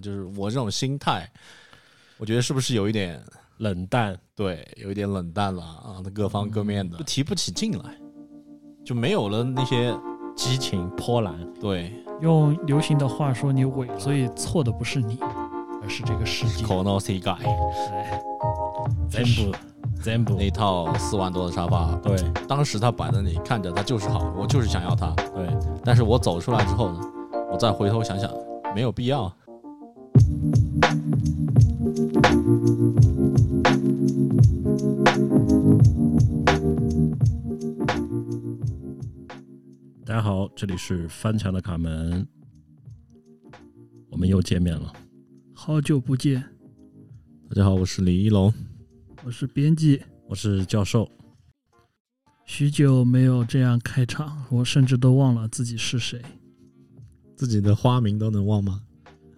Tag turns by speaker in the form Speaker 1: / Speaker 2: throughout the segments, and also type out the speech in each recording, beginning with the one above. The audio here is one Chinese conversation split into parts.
Speaker 1: 就是我这种心态，我觉得是不是有一点
Speaker 2: 冷淡，
Speaker 1: 对，有一点冷淡了啊？各方各面的、提不起劲来，就没有了那些
Speaker 2: 激情波澜，
Speaker 1: 对
Speaker 3: 用流行的话说，你伪，所以错的不是你，而是这个世界。
Speaker 1: c o n o s i guy
Speaker 3: 哎真
Speaker 2: 全部
Speaker 3: 是
Speaker 2: 全部，
Speaker 1: 那套四万多的沙发，
Speaker 2: 对
Speaker 1: 当时它摆在那里，看着它就是好，我就是想要它。
Speaker 2: 对，
Speaker 1: 但是我走出来之后呢，我再回头想想，没有必要啊。
Speaker 2: 大家好，这里是翻墙的卡门，我们又见面了。
Speaker 3: 好久不见，
Speaker 1: 大家好，我是李一龙。
Speaker 3: 我是编辑，
Speaker 2: 我是教授，
Speaker 3: 许久没有这样开场，我甚至都忘了自己是谁。
Speaker 1: 自己的花名都能忘吗？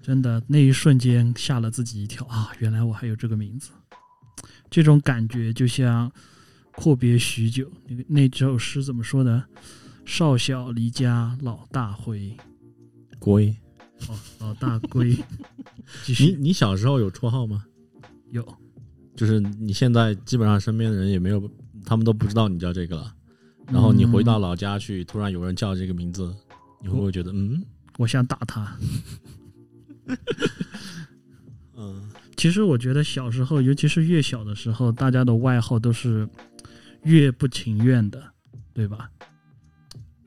Speaker 3: 真的，那一瞬间吓了自己一跳啊！原来我还有这个名字，这种感觉就像阔别许久。那个那首诗怎么说的？少小离家老大回，
Speaker 1: 龟，
Speaker 3: 哦，老大 归。继
Speaker 1: 你
Speaker 3: 续
Speaker 1: 你小时候有绰号吗？
Speaker 3: 有
Speaker 1: 就是你现在基本上身边的人也没有，他们都不知道你叫这个了。然后你回到
Speaker 3: 嗯
Speaker 1: 老家去，突然有人叫这个名字，你会不会觉得嗯
Speaker 3: 我想打他。
Speaker 1: 嗯
Speaker 3: 其实我觉得小时候，尤其是越小的时候，大家的外号都是越不情愿的，对吧？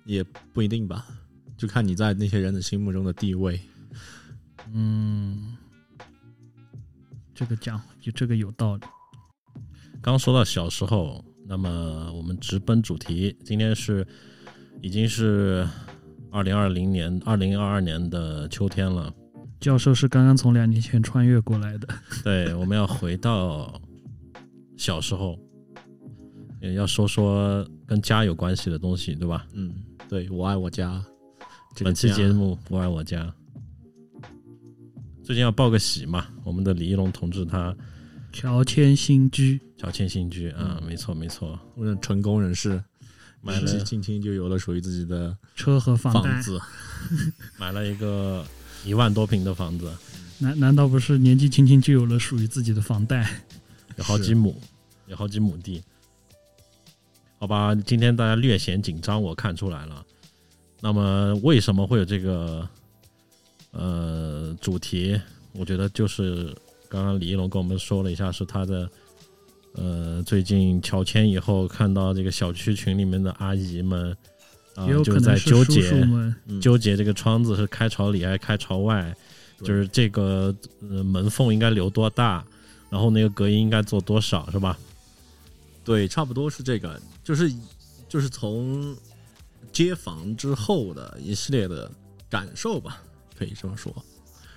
Speaker 1: 也不一定吧？就看你在那些人的心目中的地位。
Speaker 3: 嗯，这个讲这个有道理。
Speaker 2: 刚说到小时候，那么我们直奔主题，今天是已经是二零二零年、二零二二年的秋天了。
Speaker 3: 教授是刚刚从两年前穿越过来的。
Speaker 2: 对，我们要回到小时候，也要说说跟家有关系的东西，对吧？
Speaker 1: 嗯，对我爱我家。这个
Speaker 2: 本期
Speaker 1: 家
Speaker 2: 节目《我爱我家》，最近要报个喜嘛，我们的李一龙同志他
Speaker 3: 乔迁新居，
Speaker 2: 乔迁新居啊，
Speaker 1: 嗯
Speaker 2: 没错没错，
Speaker 1: 我们成功人士，
Speaker 2: 买
Speaker 1: 年纪
Speaker 2: 了
Speaker 1: 轻轻就有了属于自己的
Speaker 3: 车和房贷
Speaker 1: 房，子。
Speaker 2: 买了一个一万多平的房子，
Speaker 3: 难难道不是年纪轻轻就有了属于自己的房贷？
Speaker 2: 有好几
Speaker 1: 是
Speaker 2: 亩，有好几亩地。好吧，今天大家略显紧张，我看出来了。那么为什么会有这个呃主题？我觉得就是刚刚李一龙跟我们说了一下，是他的呃最近乔迁以后，看到这个小区群里面的阿姨们啊、
Speaker 3: 也有
Speaker 2: 就
Speaker 3: 可
Speaker 2: 是在
Speaker 3: 能是
Speaker 2: 纠
Speaker 3: 叔
Speaker 2: 结
Speaker 3: 叔们
Speaker 1: 嗯
Speaker 2: 纠结这个窗子是开朝里还是开朝外，
Speaker 1: 对
Speaker 2: 就是这个呃门缝应该留多大，然后那个隔音应该做多少，是吧？
Speaker 1: 对，差不多是这个，就是就是从接房之后的一系列的感受吧，可以这么说。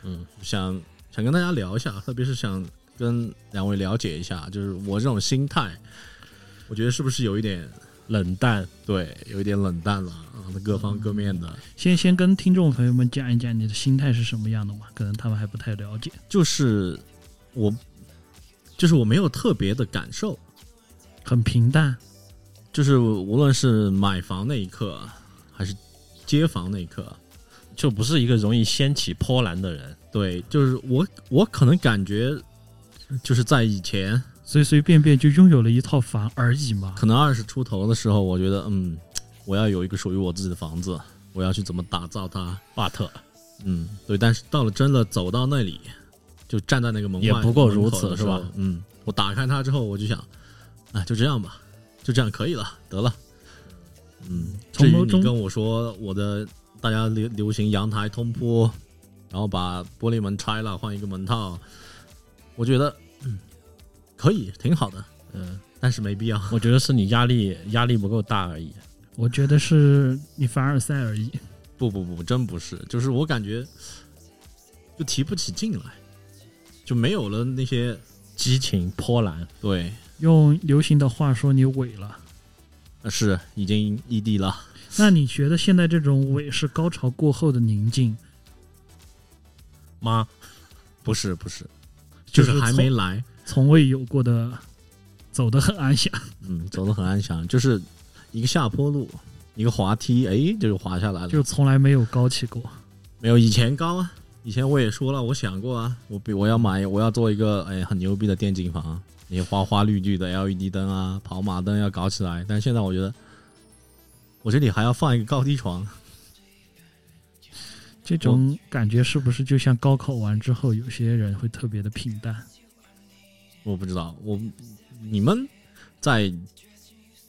Speaker 2: 嗯，
Speaker 1: 想想跟大家聊一下，特别是想跟两位了解一下，就是我这种心态，我觉得是不是有一点
Speaker 2: 冷淡，
Speaker 1: 对，有一点冷淡了啊，各方各面的。
Speaker 3: 先先跟听众朋友们讲一讲你的心态是什么样的嘛？可能他们还不太了解。
Speaker 1: 就是我，就是我没有特别的感受，
Speaker 3: 很平淡，
Speaker 1: 就是无论是买房那一刻，还是接房那一刻，
Speaker 2: 就不是一个容易掀起波澜的人。
Speaker 1: 对，就是我我可能感觉，就是在以前，
Speaker 3: 随随便便就拥有了一套房而已嘛。
Speaker 1: 可能二十出头的时候，我觉得嗯，我要有一个属于我自己的房子，我要去怎么打造它，
Speaker 2: but
Speaker 1: 嗯，对。但是到了真的走到那里，就站在那个门外
Speaker 2: 也不过如此
Speaker 1: 门口的时候
Speaker 2: 是吧？
Speaker 1: 嗯，我打开它之后，我就想，啊，就这样吧，就这样可以了，得了。嗯，至
Speaker 3: 从
Speaker 1: 于
Speaker 3: 某
Speaker 1: 你
Speaker 3: 种
Speaker 1: 跟我说我的大家流流行阳台通铺，然后把玻璃门拆了换一个门套，我觉得、嗯可以，挺好的，
Speaker 2: 嗯，
Speaker 1: 但是没必要。
Speaker 2: 我觉得是你压力 压力不够大而已。
Speaker 3: 我觉得是你凡尔赛而已。
Speaker 1: 不不不，真不是，就是我感觉就提不起劲来，就没有了那些
Speaker 2: 激情波澜，
Speaker 1: 对，
Speaker 3: 用流行的话说，你伪了。
Speaker 1: 呃是已经异地了。
Speaker 3: 那你觉得现在这种伪是高潮过后的宁静，
Speaker 2: 妈，
Speaker 1: 不是不是，
Speaker 3: 就
Speaker 1: 就是是还没
Speaker 3: 从
Speaker 1: 来，
Speaker 3: 从未有过的，走得很安详？
Speaker 1: 嗯，走得很安详，就是一个下坡路，一个滑梯，哎，就是滑下来了，
Speaker 3: 就从来没有高起过。
Speaker 1: 没有以前高啊，以以前我也说了，我想过啊，我比我要买，我要做一个哎很牛逼的电竞房，你花花绿绿的 LED 灯啊，跑马灯要搞起来。但现在我觉得，我这里还要放一个高低床，
Speaker 3: 这种感觉是不是就像高考完之后，有些人会特别的平淡？
Speaker 1: 我不知道，我你们在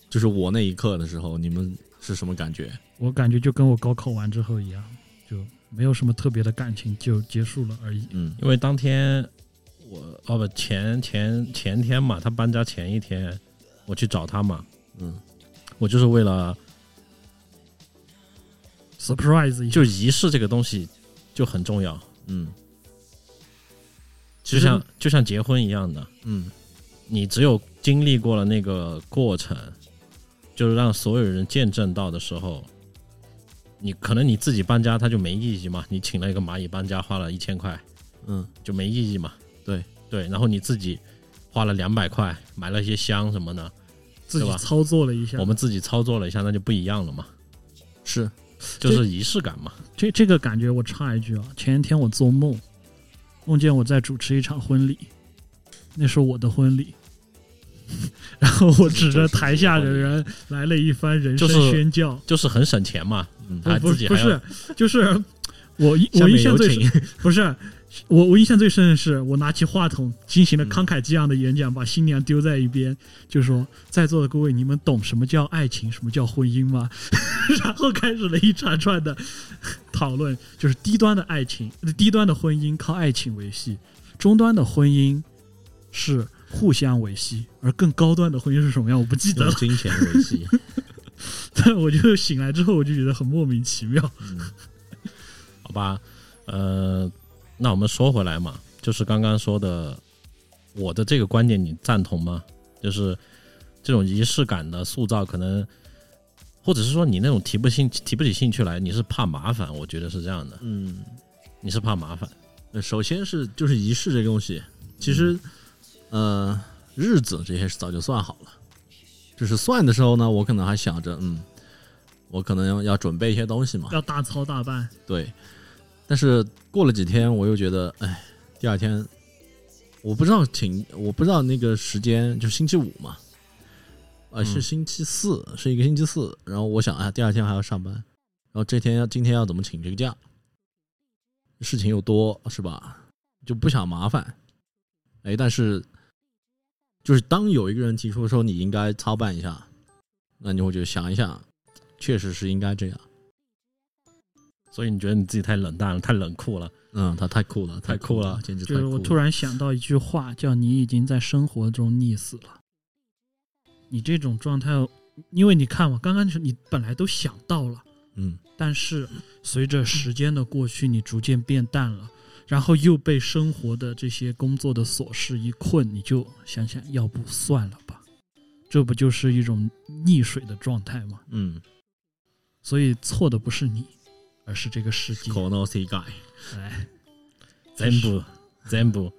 Speaker 1: 就是我那一刻的时候，你们是什么感觉？
Speaker 3: 我感觉就跟我高考完之后一样，就没有什么特别的感情，就结束了而已。
Speaker 1: 嗯，
Speaker 2: 因为当天我哦不前前前天嘛，他搬家前一天我去找他嘛，
Speaker 1: 嗯，
Speaker 2: 我就是为了
Speaker 3: surprise 一下，
Speaker 2: 就仪式这个东西就很重要，
Speaker 1: 嗯
Speaker 2: 就像就像结婚一样的，
Speaker 1: 嗯
Speaker 2: 你只有经历过了那个过程，就是让所有人见证到的时候，你可能你自己搬家它就没意义嘛，你请了一个蚂蚁搬家花了一千块
Speaker 1: 嗯
Speaker 2: 就没意义嘛，
Speaker 1: 对
Speaker 2: 对，然后你自己花了两百块买了一些箱什么的，
Speaker 3: 自
Speaker 2: 对
Speaker 3: 己
Speaker 2: 吧
Speaker 3: 操作了一下。
Speaker 2: 我们自己操作了一下，那就不一样了嘛，
Speaker 1: 是
Speaker 2: 就是仪式感嘛，
Speaker 3: 这这个感觉，我插一句啊，前一天我做梦，梦见我在主持一场婚礼，那是我的婚礼。 然后我指着台下的人来了一番人声
Speaker 2: 就是
Speaker 3: 喧叫，
Speaker 2: 就是很省钱嘛，
Speaker 1: 嗯
Speaker 2: 还
Speaker 3: 不
Speaker 2: 自
Speaker 3: 是
Speaker 2: 己
Speaker 3: 不
Speaker 2: 还要
Speaker 3: 是，就是我印
Speaker 1: 下
Speaker 3: 我
Speaker 1: 面
Speaker 3: 印象
Speaker 1: 有
Speaker 3: 最
Speaker 1: 请
Speaker 3: 深不是我我印象最深的是，我拿起话筒进行了慷慨激昂的演讲，把新娘丢在一边，就说：“在座的各位，你们懂什么叫爱情，什么叫婚姻吗？” 然后开始了一长串的讨论，就是低端的爱情、呃低端的婚姻靠爱情维系，中端的婚姻是互相维系，而更高端的婚姻是什么样，我不记得
Speaker 1: 用
Speaker 3: 了。
Speaker 1: 金钱维系。
Speaker 3: 但我就醒来之后，我就觉得很莫名其妙。
Speaker 1: 嗯
Speaker 2: 好吧，呃，那我们说回来嘛，就是刚刚说的，我的这个观点你赞同吗？就是这种仪式感的塑造，可能，或者是说你那种提不兴提不起兴趣来，你是怕麻烦，我觉得是这样的，
Speaker 1: 嗯。
Speaker 2: 你是怕麻烦，
Speaker 1: 呃，首先是就是仪式这个东西，其实，呃，日子这些是早就算好了，只是算的时候呢，我可能还想着，嗯，我可能要准备一些东西嘛，
Speaker 3: 要大操大办，
Speaker 1: 对。但是过了几天，我又觉得，哎，第二天，我不知道请，我不知道那个时间，就星期五嘛，呃，是
Speaker 2: 嗯
Speaker 1: 星期四，是一个星期四。然后我想，啊，第二天还要上班，然后这天要今天要怎么请这个假？事情又多，是吧？就不想麻烦。哎，但是就是当有一个人提出说你应该操办一下，那你会觉得想一下，确实是应该这样。
Speaker 2: 所以你觉得你自己太冷淡了，太冷酷了，
Speaker 1: 嗯，他太酷了，
Speaker 2: 太酷
Speaker 1: 酷
Speaker 2: 了
Speaker 1: 简直太
Speaker 3: 就
Speaker 1: 酷
Speaker 3: 是
Speaker 1: 了。
Speaker 3: 我突然想到一句话，叫“你已经在生活中溺死了”。你这种状态，因为你看嘛，刚刚你本来都想到了，
Speaker 1: 嗯，
Speaker 3: 但是随着时间的过去，你逐渐变淡了，然后又被生活的这些工作的琐事一困，你就想想，要不算了吧，这不就是一种溺水的状态吗？
Speaker 1: 嗯
Speaker 3: 所以错的不是你，而是这个世界。
Speaker 1: ，Kono C guy，
Speaker 3: 哎，
Speaker 2: 全部全部，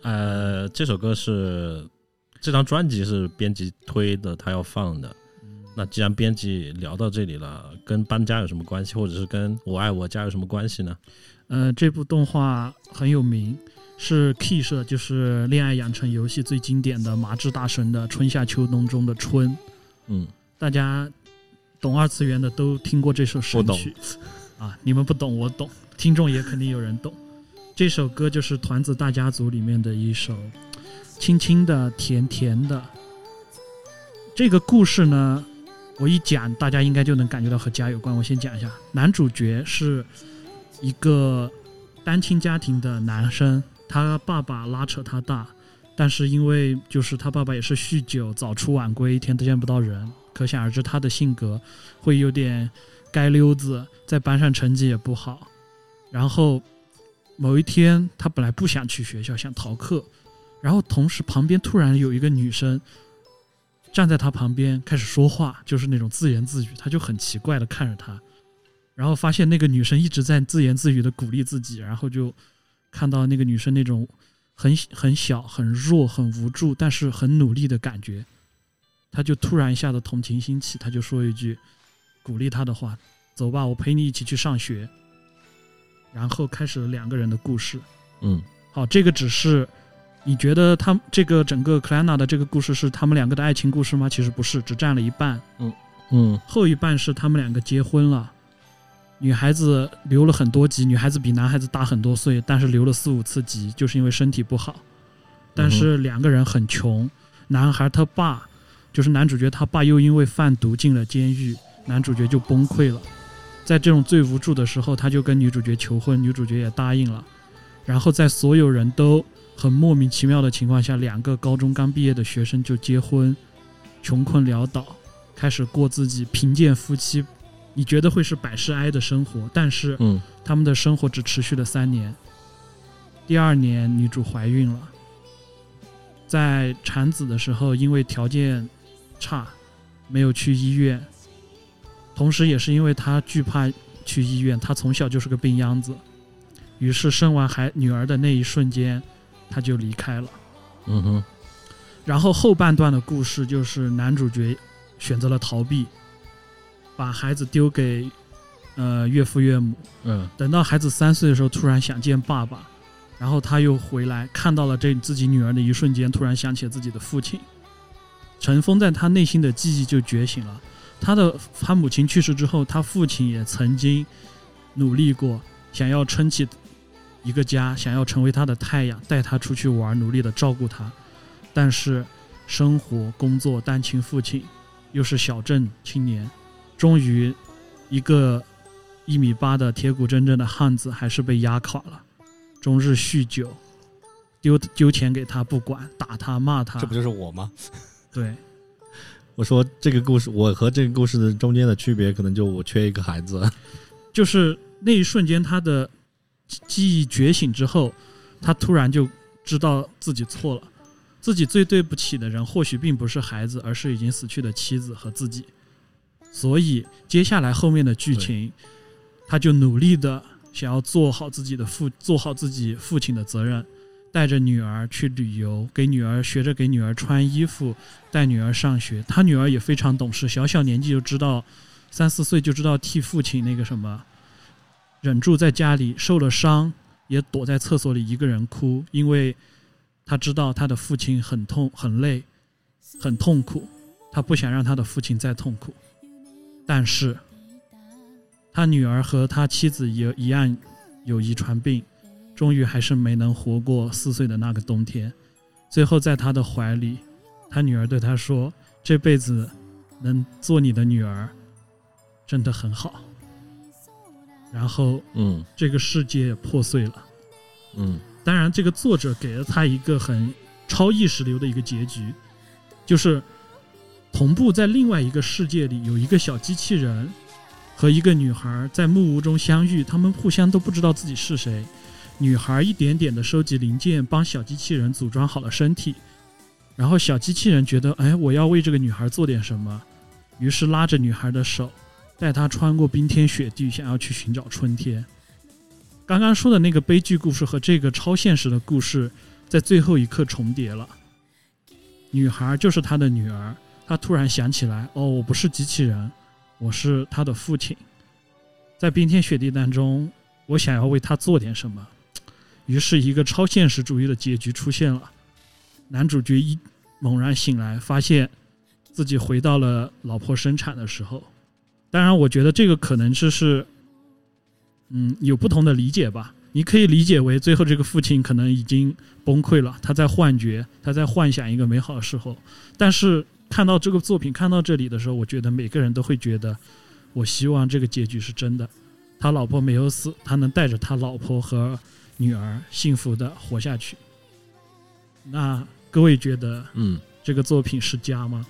Speaker 2: 呃，这首歌是这张专辑是编辑推的，他要放的。那既然编辑聊到这里了，跟搬家有什么关系，或者是跟我爱我家有什么关系呢？
Speaker 3: 呃，这部动画很有名，是 Key 社，就是《恋爱养成游戏》最经典的麻智大神的春夏秋冬中的春，
Speaker 2: 嗯，
Speaker 3: 大家懂二次元的都听过这首神曲啊，你们不懂我懂，听众也肯定有人懂。这首歌就是团子大家族里面的一首，轻轻的，甜甜的。这个故事呢，我一讲，大家应该就能感觉到和家有关。我先讲一下，男主角是一个单亲家庭的男生，他爸爸拉扯他大，但是因为就是他爸爸也是酗酒、早出晚归，一天都见不到人，可想而知他的性格会有点街溜子，在班上成绩也不好。然后某一天，他本来不想去学校，想逃课，然后同时旁边突然有一个女生站在他旁边开始说话，就是那种自言自语，他就很奇怪的看着他，然后发现那个女生一直在自言自语的鼓励自己，然后就看到那个女生那种很很小、很弱、很无助，但是很努力的感觉，他就突然一下子同情心起，他就说一句鼓励他的话：“走吧，我陪你一起去上学。”然后开始了两个人的故事。
Speaker 2: 嗯
Speaker 3: 好，这个只是你觉得他们这个整个克莱纳的这个故事是他们两个的爱情故事吗？其实不是，只占了一半，
Speaker 2: 嗯
Speaker 3: 后一半是他们两个结婚了。女孩子留了很多级，女孩子比男孩子大很多岁，但是留了四五次级，就是因为身体不好。但是两个人很穷，男孩他爸就是男主角他爸又因为贩毒进了监狱，男主角就崩溃了。在这种最无助的时候，他就跟女主角求婚，女主角也答应了。然后在所有人都很莫名其妙的情况下，两个高中刚毕业的学生就结婚，穷困潦倒，开始过自己贫贱夫妻，你觉得会是百事哀的生活，但是
Speaker 2: 嗯
Speaker 3: 他们的生活只持续了三年。第二年，女主怀孕了，在产子的时候，因为条件差，没有去医院，同时也是因为她惧怕去医院，她从小就是个病秧子，于是生完孩女儿的那一瞬间，她就离开了。
Speaker 2: 嗯哼
Speaker 3: 然后后半段的故事就是男主角选择了逃避，把孩子丢给呃岳父岳母，
Speaker 2: 嗯
Speaker 3: 等到孩子三岁的时候，突然想见爸爸，然后他又回来，看到了这自己女儿的一瞬间，突然想起了自己的父亲。尘封在他内心的记忆就觉醒了。他的他母亲去世之后，他父亲也曾经努力过，想要撑起一个家，想要成为他的太阳，带他出去玩，努力的照顾他。但是生活、工作、单亲父亲，又是小镇青年，终于一个一米八的铁骨铮铮的汉子还是被压垮了，终日酗酒，丢丢钱给他不管，打他骂他
Speaker 1: 这，不就是我吗？
Speaker 3: 对，
Speaker 1: 我说这个故事，我和这个故事的中间的区别，可能就我缺一个孩子。
Speaker 3: 就是那一瞬间他的记记忆觉醒之后，他突然就知道自己错了，自己最对不起的人或许并不是孩子，而是已经死去的妻子和自己，所以接下来后面的剧情，他就努力的想要做好自己的父，做好自己父亲的责任。带着女儿去旅游，给女儿学着给女儿穿衣服，带女儿上学。他女儿也非常懂事，小小年纪就知道，三四岁就知道替父亲那个什么，忍住在家里受了伤，也躲在厕所里一个人哭，因为他知道他的父亲很痛、很累、很痛苦，他不想让他的父亲再痛苦。但是，他女儿和他妻子也一样有遗传病，终于还是没能活过四岁的那个冬天。最后，在他的怀里，他女儿对他说：“这辈子能做你的女儿，真的很好。”然后，
Speaker 2: 嗯
Speaker 3: 这个世界破碎了。
Speaker 2: 嗯
Speaker 3: 当然，这个作者给了他一个很超意识流的一个结局，就是同步在另外一个世界里有一个小机器人和一个女孩在木屋中相遇，他们互相都不知道自己是谁。女孩一点点的收集零件，帮小机器人组装好了身体，然后小机器人觉得，哎，我要为这个女孩做点什么，于是拉着女孩的手，带她穿过冰天雪地，想要去寻找春天。刚刚说的那个悲剧故事和这个超现实的故事，在最后一刻重叠了。女孩就是她的女儿，她突然想起来，哦，我不是机器人，我是她的父亲。在冰天雪地当中，我想要为她做点什么。于是，一个超现实主义的结局出现了。男主角一猛然醒来，发现自己回到了老婆生产的时候。当然，我觉得这个可能是是嗯，有不同的理解吧。你可以理解为最后这个父亲可能已经崩溃了，他在幻觉，他在幻想一个美好的时候。但是看到这个作品，看到这里的时候，我觉得每个人都会觉得，我希望这个结局是真的。他老婆没有死，他能带着他老婆和女儿幸福的活下去。那各位觉得
Speaker 2: 嗯，
Speaker 3: 这个作品是家吗？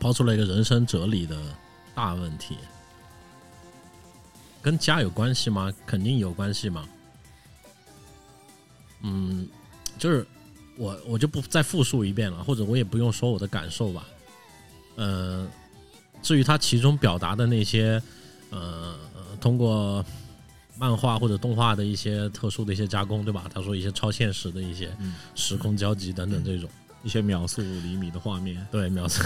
Speaker 2: 抛出了一个人生哲理的大问题，跟家有关系吗？肯定有关系嘛。嗯，就是我我就不再复述一遍了，或者我也不用说我的感受吧。呃，至于他其中表达的那些，呃，通过漫画或者动画的一些特殊的一些加工，对吧？他说一些超现实的一些
Speaker 1: 嗯
Speaker 2: 时空交集等等这种，
Speaker 1: 一些秒速厘米的画面，
Speaker 2: 对，描述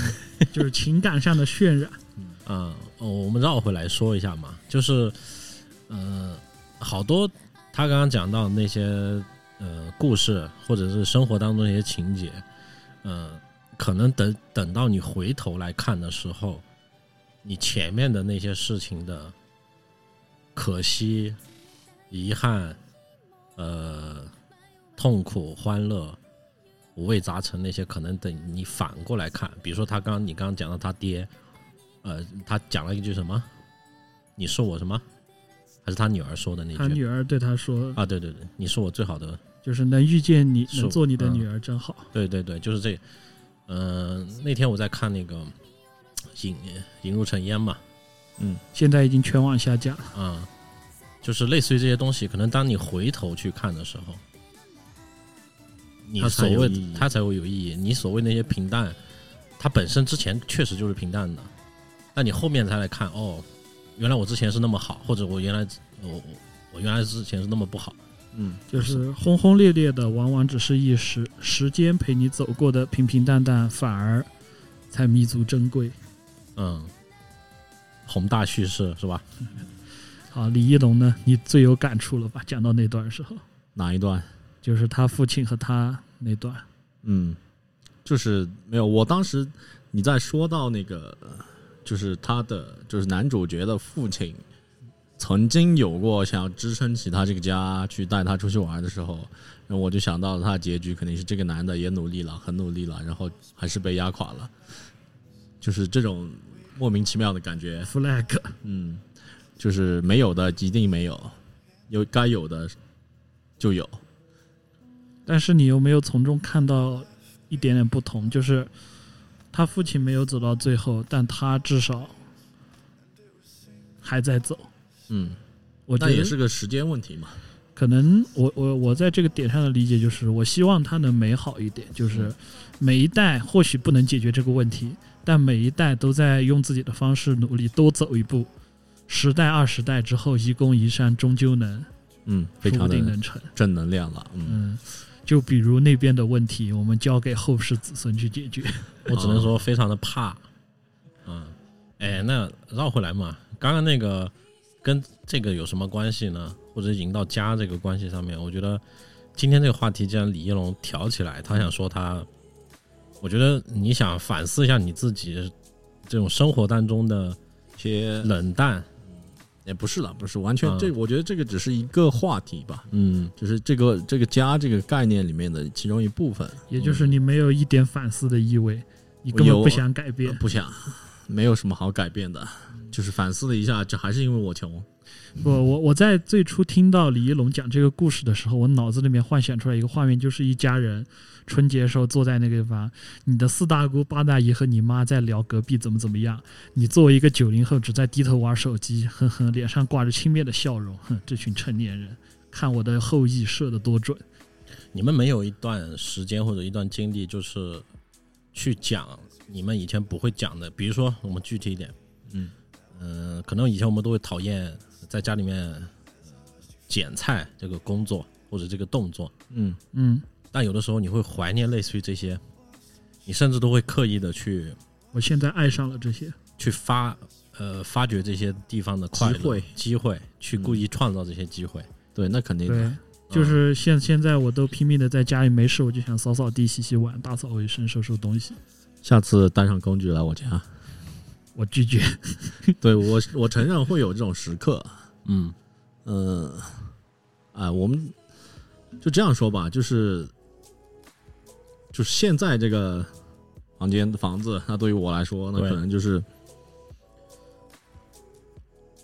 Speaker 3: 就是情感上的渲染。
Speaker 2: 嗯啊、哦我们绕回来说一下嘛，就是，呃，好多他刚刚讲到的那些呃故事，或者是生活当中的一些情节，呃，可能等等到你回头来看的时候，你前面的那些事情的可惜、遗憾、呃痛苦、欢乐、五味杂陈那些，可能等你反过来看，比如说他刚刚你刚刚讲到他爹，呃，他讲了一句什么？你是我什么？还是他女儿说的那
Speaker 3: 他
Speaker 2: 句？
Speaker 3: 女儿对他说
Speaker 2: 啊，对对对，你是我最好的
Speaker 3: 就是能遇见你，
Speaker 2: 是
Speaker 3: 能做你的
Speaker 2: 嗯
Speaker 3: 女儿真好。
Speaker 2: 对对对，就是这。嗯、那天我在看那个《引引入尘烟》嘛，
Speaker 3: 现在已经全网下架了，
Speaker 2: 啊、就是类似于这些东西，可能当你回头去看的时候，你
Speaker 1: 它
Speaker 2: 所
Speaker 1: 才有
Speaker 2: 谓
Speaker 1: 意义
Speaker 2: 它才会有意义。你所谓那些平淡，它本身之前确实就是平淡的，但你后面才来看，哦，原来我之前是那么好，或者我原来我我我原来之前是那么不好。
Speaker 1: 嗯，
Speaker 3: 就是轰轰烈烈的，往往只是一时。时间陪你走过的平平淡淡，反而才弥足珍贵。
Speaker 2: 嗯，宏大叙事是吧？
Speaker 3: 好，啊李一龙呢？你最有感触了吧？讲到那段时候，
Speaker 1: 哪一段？
Speaker 3: 就是他父亲和他那段，
Speaker 1: 嗯，就是没有。我当时你在说到那个，就是他的，就是男主角的父亲，曾经有过想要支撑起他这个家，去带他出去玩的时候，然后我就想到了他的结局，肯定是这个男的也努力了，很努力了，然后还是被压垮了，就是这种莫名其妙的感觉。
Speaker 3: flag
Speaker 1: 嗯，就是没有的一定没有，有该有的就有。
Speaker 3: 但是你有没有从中看到一点点不同？就是他父亲没有走到最后，但他至少还在走。
Speaker 1: 嗯，
Speaker 3: 我觉
Speaker 1: 但
Speaker 3: 得
Speaker 1: 也是个时间问题嘛。
Speaker 3: 可能我我我在这个点上的理解就是，我希望它能美好一点，就是每一代或许不能解决这个问题，但每一代都在用自己的方式努力，多走一步。十代、二十代之后，一公一善，终究能，
Speaker 1: 嗯，非
Speaker 3: 说不
Speaker 1: 常
Speaker 3: 定
Speaker 1: 的
Speaker 3: 能成。
Speaker 1: 正能量了。嗯，
Speaker 3: 嗯，就比如那边的问题，我们交给后世子孙去解决。
Speaker 2: 我只能说非常的怕。嗯，哎，那绕回来嘛，刚刚那个跟这个有什么关系呢？或者引到家这个关系上面，我觉得今天这个话题，既然李一龙挑起来，他想说他，我觉得你想反思一下你自己这种生活当中的
Speaker 1: 些
Speaker 2: 冷淡，
Speaker 1: 也不是了，不是完全
Speaker 2: 嗯
Speaker 1: 这，我觉得这个只是一个话题吧，
Speaker 2: 嗯，
Speaker 1: 就是这个这个家这个概念里面的其中一部分。
Speaker 3: 也就是你没有一点反思的意味，你根
Speaker 1: 嗯
Speaker 3: 本
Speaker 1: 有
Speaker 3: 不想改
Speaker 1: 呃
Speaker 3: 变。
Speaker 1: 不想，没有什么好改变的，就是反思了一下，这还是因为我穷。
Speaker 3: 不，我我在最初听到李一龙讲这个故事的时候，我脑子里面幻想出来一个画面，就是一家人春节时候坐在那个地方，你的四大姑八大姨和你妈在聊隔壁怎么怎么样，你作为一个九零后只在低头玩手机，哼哼，脸上挂着轻蔑的笑容，哼，这群成年人，看我的后羿射得多准。
Speaker 2: 你们没有一段时间或者一段经历，就是去讲你们以前不会讲的，比如说我们具体一点，
Speaker 1: 嗯
Speaker 2: 呃，可能以前我们都会讨厌在家里面呃捡菜这个工作或者这个动作，
Speaker 1: 嗯
Speaker 3: 嗯，
Speaker 2: 但有的时候你会怀念类似于这些，你甚至都会刻意的去
Speaker 3: 我现在爱上了这些，
Speaker 2: 去发呃发掘这些地方的快乐
Speaker 1: 机会嗯
Speaker 2: 机会去故意创造这些机会，
Speaker 1: 对，那肯定的。
Speaker 3: 对。就是现现在我都拼命的在家里没事，我就想扫扫地、洗洗碗、打扫卫生、收收东西。
Speaker 1: 下次带上工具来我家。
Speaker 3: 我拒绝，
Speaker 1: 对我，我承认会有这种时刻，
Speaker 2: 嗯
Speaker 1: 嗯，啊，我们就这样说吧，就是就是现在这个房间房子，那对于我来说，那
Speaker 2: 对
Speaker 1: 可能就是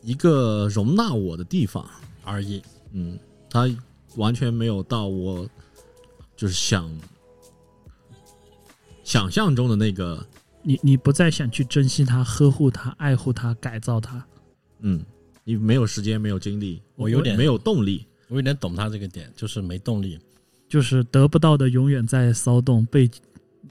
Speaker 1: 一个容纳我的地方。
Speaker 2: 而已，
Speaker 1: 嗯，它完全没有到我就是想想象中的那个，
Speaker 3: 你你不再想去珍惜它、呵护它、爱护它、改造它。
Speaker 1: 嗯，你没有时间，没有精力，
Speaker 2: 我有点
Speaker 1: 没有动力。
Speaker 2: 我有点懂他这个点，就是没动力。
Speaker 3: 就是得不到的永远在骚动，被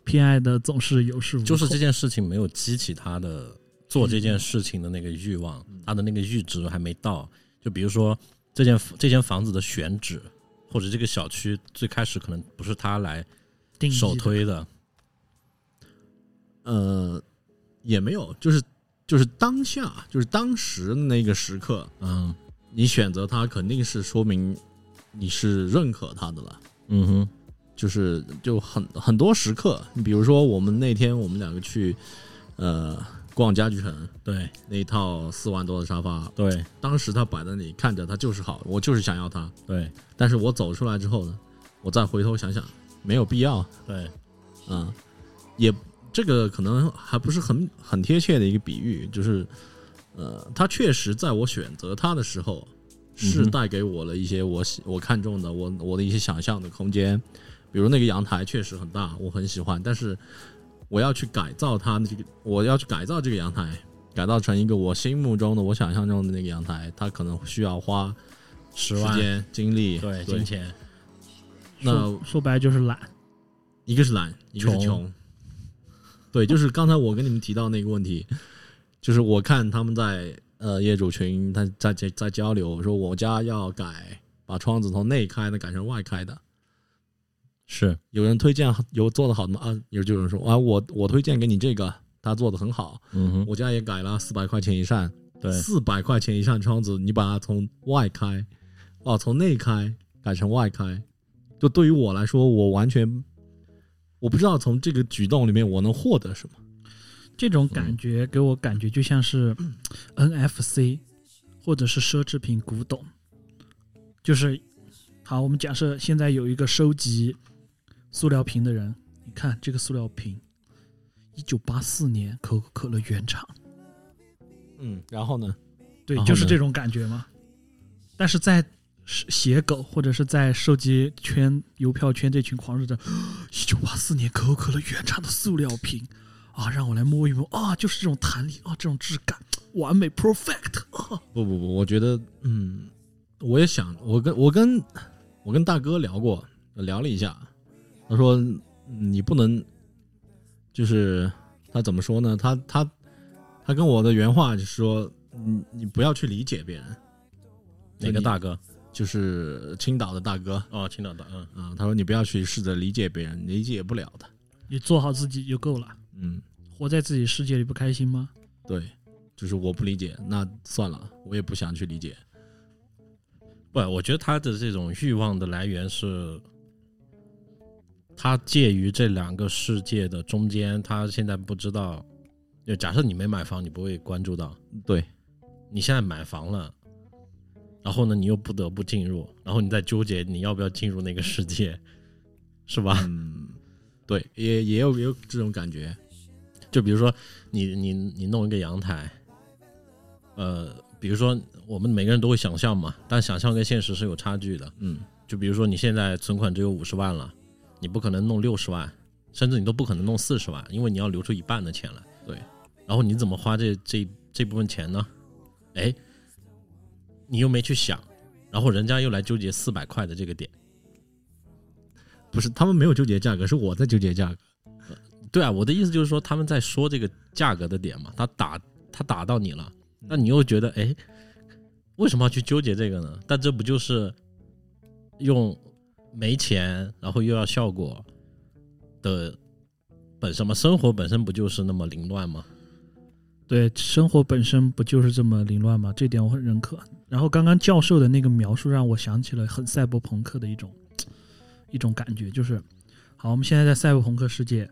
Speaker 3: 偏爱的总是有恃无恐。
Speaker 2: 就是这件事情没有激起他的做这件事情的那个欲望，他的那个阈值还没到。就比如说这间这间房子的选址，或者这个小区最开始可能不是他来
Speaker 3: 定义的
Speaker 2: 首推的，
Speaker 1: 呃，也没有，就是就是当下，就是当时那个时刻，
Speaker 2: 嗯，
Speaker 1: 你选择它肯定是说明你是认可它的了。
Speaker 2: 嗯哼，
Speaker 1: 就是就很很多时刻，你比如说我们那天我们两个去呃逛家具城
Speaker 2: 对
Speaker 1: 那一套四万多的沙发，
Speaker 2: 对
Speaker 1: 当时它摆在那里看着它就是好，我就是想要它，
Speaker 2: 对
Speaker 1: 但是我走出来之后呢，我再回头想想没有必要啊、
Speaker 2: 对，
Speaker 1: 嗯也这个可能还不是很很贴切的一个比喻，就是呃它确实在我选择它的时候。
Speaker 2: 嗯
Speaker 1: 是
Speaker 2: 哼
Speaker 1: 带给我了一些我喜我看中的我我的一些想象的空间，比如那个阳台确实很大，我很喜欢，但是我要去改造它那个，我要去改造这个阳台，改造成一个我心目中的、我想象中的那个阳台，它可能需要花
Speaker 2: 十
Speaker 1: 时
Speaker 2: 万
Speaker 1: 间、精力，
Speaker 2: 对金钱，
Speaker 1: 那
Speaker 3: 说说白了就是懒，
Speaker 1: 一个是懒，一个是
Speaker 2: 穷
Speaker 1: 穷。对，就是刚才我跟你们提到那个问题，就是我看他们在呃业主群，他在在在交流，说我家要改，把窗子从内开的改成外开的。
Speaker 2: 是
Speaker 1: 有人推荐有做的好的吗？啊，有就有人说啊，我我推荐给你这个，他做的很好，
Speaker 2: 嗯哼，
Speaker 1: 我家也改了四百块钱一扇，
Speaker 2: 对
Speaker 1: 四百块钱一扇窗子，你把它从外开，哦，从内开改成外开，就对于我来说，我完全我不知道从这个举动里面我能获得什么。
Speaker 3: 这种
Speaker 2: 嗯
Speaker 3: 感觉给我感觉就像是 NFC 或者是奢侈品古董，就是好，我们假设现在有一个收集塑料瓶的人，你看这个塑料瓶，一九八四年可口可乐原厂，
Speaker 1: 嗯，然后呢？
Speaker 3: 对，
Speaker 1: 然后呢
Speaker 3: 就是这种感觉嘛。但是在是写狗或者是在收集圈、邮票圈这群狂热者，一九八四年可口可乐原厂的塑料瓶啊，让我来摸一摸啊，就是这种弹力啊，这种质感，完美 perfect 啊。
Speaker 1: 不不不，我觉得，嗯，我也想，我跟我跟我跟大哥聊过，聊了一下，他说嗯你不能，就是他怎么说呢？他他他跟我的原话就是说，你你不要去理解别人，
Speaker 2: 哪个大哥？
Speaker 1: 就是青岛的大哥
Speaker 2: 哦，青岛大，嗯，
Speaker 1: 啊、他说你不要去试着理解别人，理解不了的。
Speaker 3: 你做好自己就够了，
Speaker 1: 嗯，
Speaker 3: 活在自己世界里不开心吗？
Speaker 1: 对，就是我不理解，那算了，我也不想去理解。
Speaker 2: 不，我觉得他的这种欲望的来源是，他介于这两个世界的中间，他现在不知道。就假设你没买房，你不会关注到；
Speaker 1: 对，
Speaker 2: 你现在买房了，然后呢，你又不得不进入，然后你在纠结你要不要进入那个世界， 是吧？
Speaker 1: 嗯，对，也也有也有这种感觉。
Speaker 2: 就比如说你你你弄一个阳台，呃，比如说我们每个人都会想象嘛，但想象跟现实是有差距的。
Speaker 1: 嗯，
Speaker 2: 就比如说你现在存款只有五十万了，你不可能弄六十万，甚至你都不可能弄四十万，因为你要留出一半的钱来。
Speaker 1: 对，
Speaker 2: 然后你怎么花这这这部分钱呢？哎，你又没去想，然后人家又来纠结四百块的这个点。
Speaker 1: 不是，他们没有纠结价格，是我在纠结价格。
Speaker 2: 对啊，我的意思就是说他们在说这个价格的点嘛，他打他打到你了，
Speaker 1: 嗯
Speaker 2: 那你又觉得哎，为什么要去纠结这个呢？但这不就是用没钱，然后又要效果的本身吗？生活本身不就是那么凌乱吗？
Speaker 3: 对，生活本身不就是这么凌乱吗？这点我很认可。然后刚刚教授的那个描述让我想起了很赛博朋克的一种一种感觉，就是，好，我们现在在赛博朋克世界，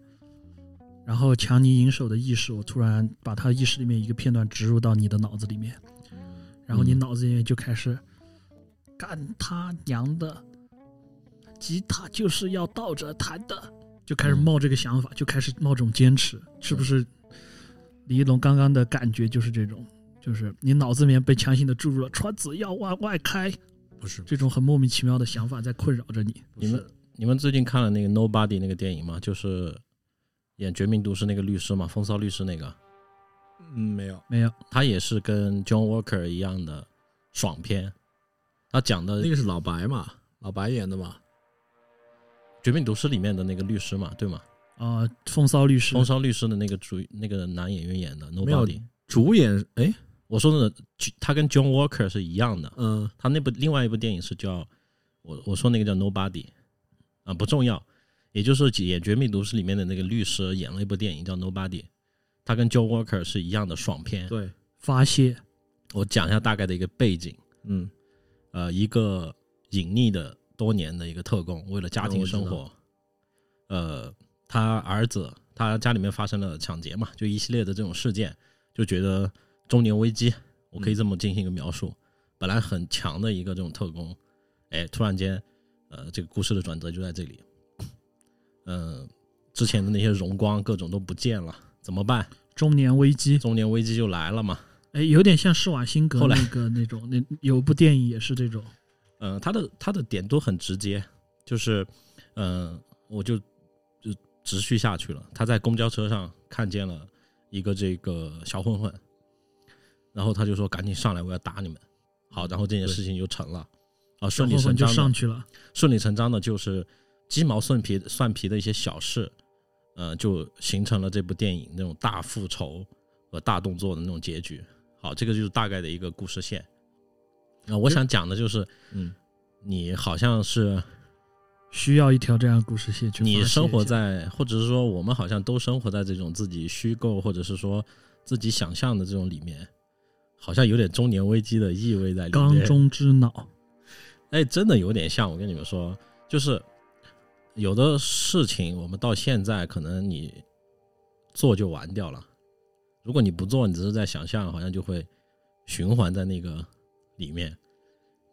Speaker 3: 然后强尼银手的意识，我突然把他意识里面一个片段植入到你的脑子里面，然后你
Speaker 1: 嗯
Speaker 3: 脑子里面就开始，干他娘的，吉他就是要倒着弹的，就开始
Speaker 1: 嗯
Speaker 3: 冒这个想法，就开始冒这种坚持，是不是？李一龙刚刚的感觉就是这种，就是你脑子里面被强行的注入了川子要往外开
Speaker 1: 不是，
Speaker 3: 这种很莫名其妙的想法在困扰着你。
Speaker 1: 不是
Speaker 2: 你们你们最近看了那个《Nobody》那个电影吗？就是演《绝命毒师》那个律师嘛，风骚律师那个，
Speaker 1: 嗯没有
Speaker 3: 没有，
Speaker 2: 他也是跟 John Walker 一样的爽片，他讲的
Speaker 1: 那个是老白嘛，老白演的嘛。
Speaker 2: 《绝命毒师》里面的那个律师嘛，对吗？
Speaker 3: 呃，风骚律师
Speaker 2: 风骚律师的那个主那个男演员演的
Speaker 1: 没有
Speaker 2: Nobody。
Speaker 1: 主演哎，
Speaker 2: 我说的他跟 John Walker 是一样的，
Speaker 1: 嗯、
Speaker 2: 他那部另外一部电影是叫我我说那个叫 Nobody，啊不重要，也就是演《绝命毒师》里面的那个律师演了一部电影叫 Nobody，他跟 John Walker 是一样的爽片。
Speaker 1: 对，
Speaker 3: 发泄，
Speaker 2: 我讲一下大概的一个背景，
Speaker 1: 嗯，
Speaker 2: 呃，一个隐匿的多年的一个特工，为了家庭生活，呃，他儿子他家里面发生了抢劫嘛，就一系列的这种事件，就觉得中年危机，我可以这么进行一个描述。本来很强的一个这种特工，哎，突然间，呃，这个故事的转折就在这里，嗯、之前的那些荣光各种都不见了，怎么办？
Speaker 3: 中年危机，
Speaker 2: 中年危机就来了嘛。
Speaker 3: 哎，有点像施瓦辛格
Speaker 2: 后来
Speaker 3: 那个那种，那有部电影也是这种，
Speaker 2: 呃，他的他的点都很直接，就是，呃，我就就直叙下去了。他在公交车上看见了一个这个小混混，然后他就说：“赶紧上来，我要打你们。”好，然后这件事情就成了，啊，顺理
Speaker 3: 小混混
Speaker 2: 成
Speaker 3: 就
Speaker 2: 章
Speaker 3: 上
Speaker 2: 的，
Speaker 3: 去了。
Speaker 2: 顺理成章的就是鸡毛蒜皮蒜皮的一些小事，呃，就形成了这部电影那种大复仇和大动作的那种结局。好，这个就是大概的一个故事线。啊、我想讲的就是，
Speaker 1: 嗯，
Speaker 2: 你好像是
Speaker 3: 需要一条这样的故事线去发泄一下。
Speaker 2: 你生活在，或者是说我们好像都生活在这种自己虚构或者是说自己想象的这种里面，好像有点中年危机的意味在里
Speaker 3: 缸
Speaker 2: 面。
Speaker 3: 中之脑，
Speaker 2: 哎，真的有点像。我跟你们说，就是有的事情我们到现在可能你做就完掉了，如果你不做，你只是在想象，好像就会循环在那个里面。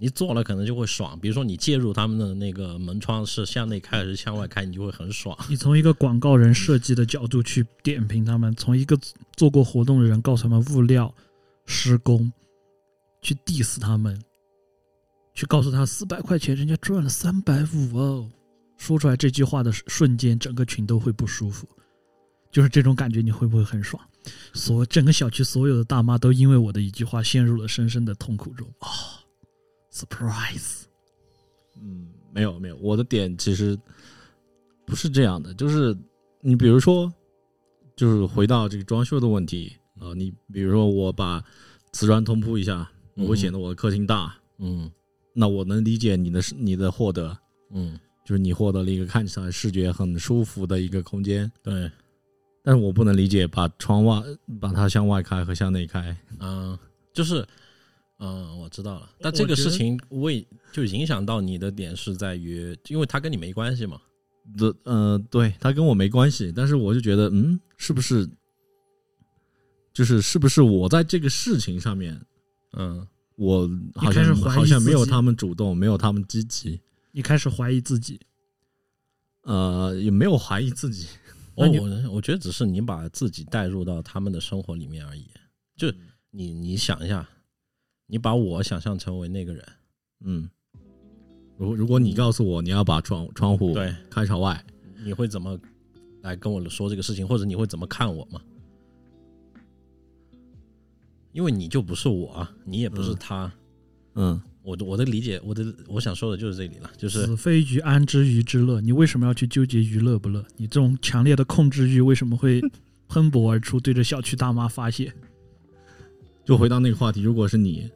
Speaker 2: 你做了可能就会爽，比如说你介入他们的那个门窗是向内开还是向外开，你就会很爽。
Speaker 3: 你从一个广告人设计的角度去点评他们，从一个做过活动的人告诉他们物料、施工，去 diss 他们，去告诉他四百块钱人家赚了三百五哦。说出来这句话的瞬间，整个群都会不舒服，就是这种感觉，你会不会很爽？所整个小区所有的大妈都因为我的一句话陷入了深深的痛苦中啊、s u r p r i s e
Speaker 1: 嗯，没有没有，我的点其实不是这样的，就是你比如说，就是回到这个装修的问题啊、呃你比如说我把瓷砖通铺一下，我会显得我的客厅大，
Speaker 2: 嗯
Speaker 1: 那我能理解你的你的获得，
Speaker 2: 嗯，
Speaker 1: 就是你获得了一个看起来视觉很舒服的一个空间，
Speaker 2: 对，
Speaker 1: 但是我不能理解把窗外把它向外开和向内开，
Speaker 2: 嗯、就是，嗯、我知道了。但
Speaker 3: 我
Speaker 2: 这个
Speaker 3: 觉
Speaker 2: 事
Speaker 3: 得
Speaker 2: 情为就影响到你的点是在于，因为它跟你没关系嘛。
Speaker 1: 的呃，对，它跟我没关系，但是我就觉得，嗯，是不是，就是是不是我在这个事情上面，
Speaker 2: 嗯，
Speaker 1: 我好
Speaker 3: 开始
Speaker 1: 像
Speaker 3: 怀疑
Speaker 1: 好像没有
Speaker 3: 自己
Speaker 1: 他们主动，没有他们积极，
Speaker 3: 你开始怀疑自己，
Speaker 1: 呃，也没有怀疑自己，
Speaker 2: 我
Speaker 3: 那你
Speaker 2: 哦我我觉得只是你把自己带入到他们的生活里面而已。就你你想一下，你把我想象成为那个人，
Speaker 1: 嗯。如如果你告诉我你要把窗窗户
Speaker 2: 对
Speaker 1: 开朝外，
Speaker 2: 你会怎么来跟我说这个事情，或者你会怎么看我嘛？因为你就不是我啊，你也不是
Speaker 1: 嗯
Speaker 2: 他。
Speaker 1: 嗯，
Speaker 2: 我的我的理解，我的我想说的就是这里了，就是
Speaker 3: 子非鱼，安知鱼之乐？你为什么要去纠结鱼乐不乐？你这种强烈的控制欲为什 么会喷薄而出，对着小区大妈发泄？
Speaker 1: 就回到那个话题，如果是你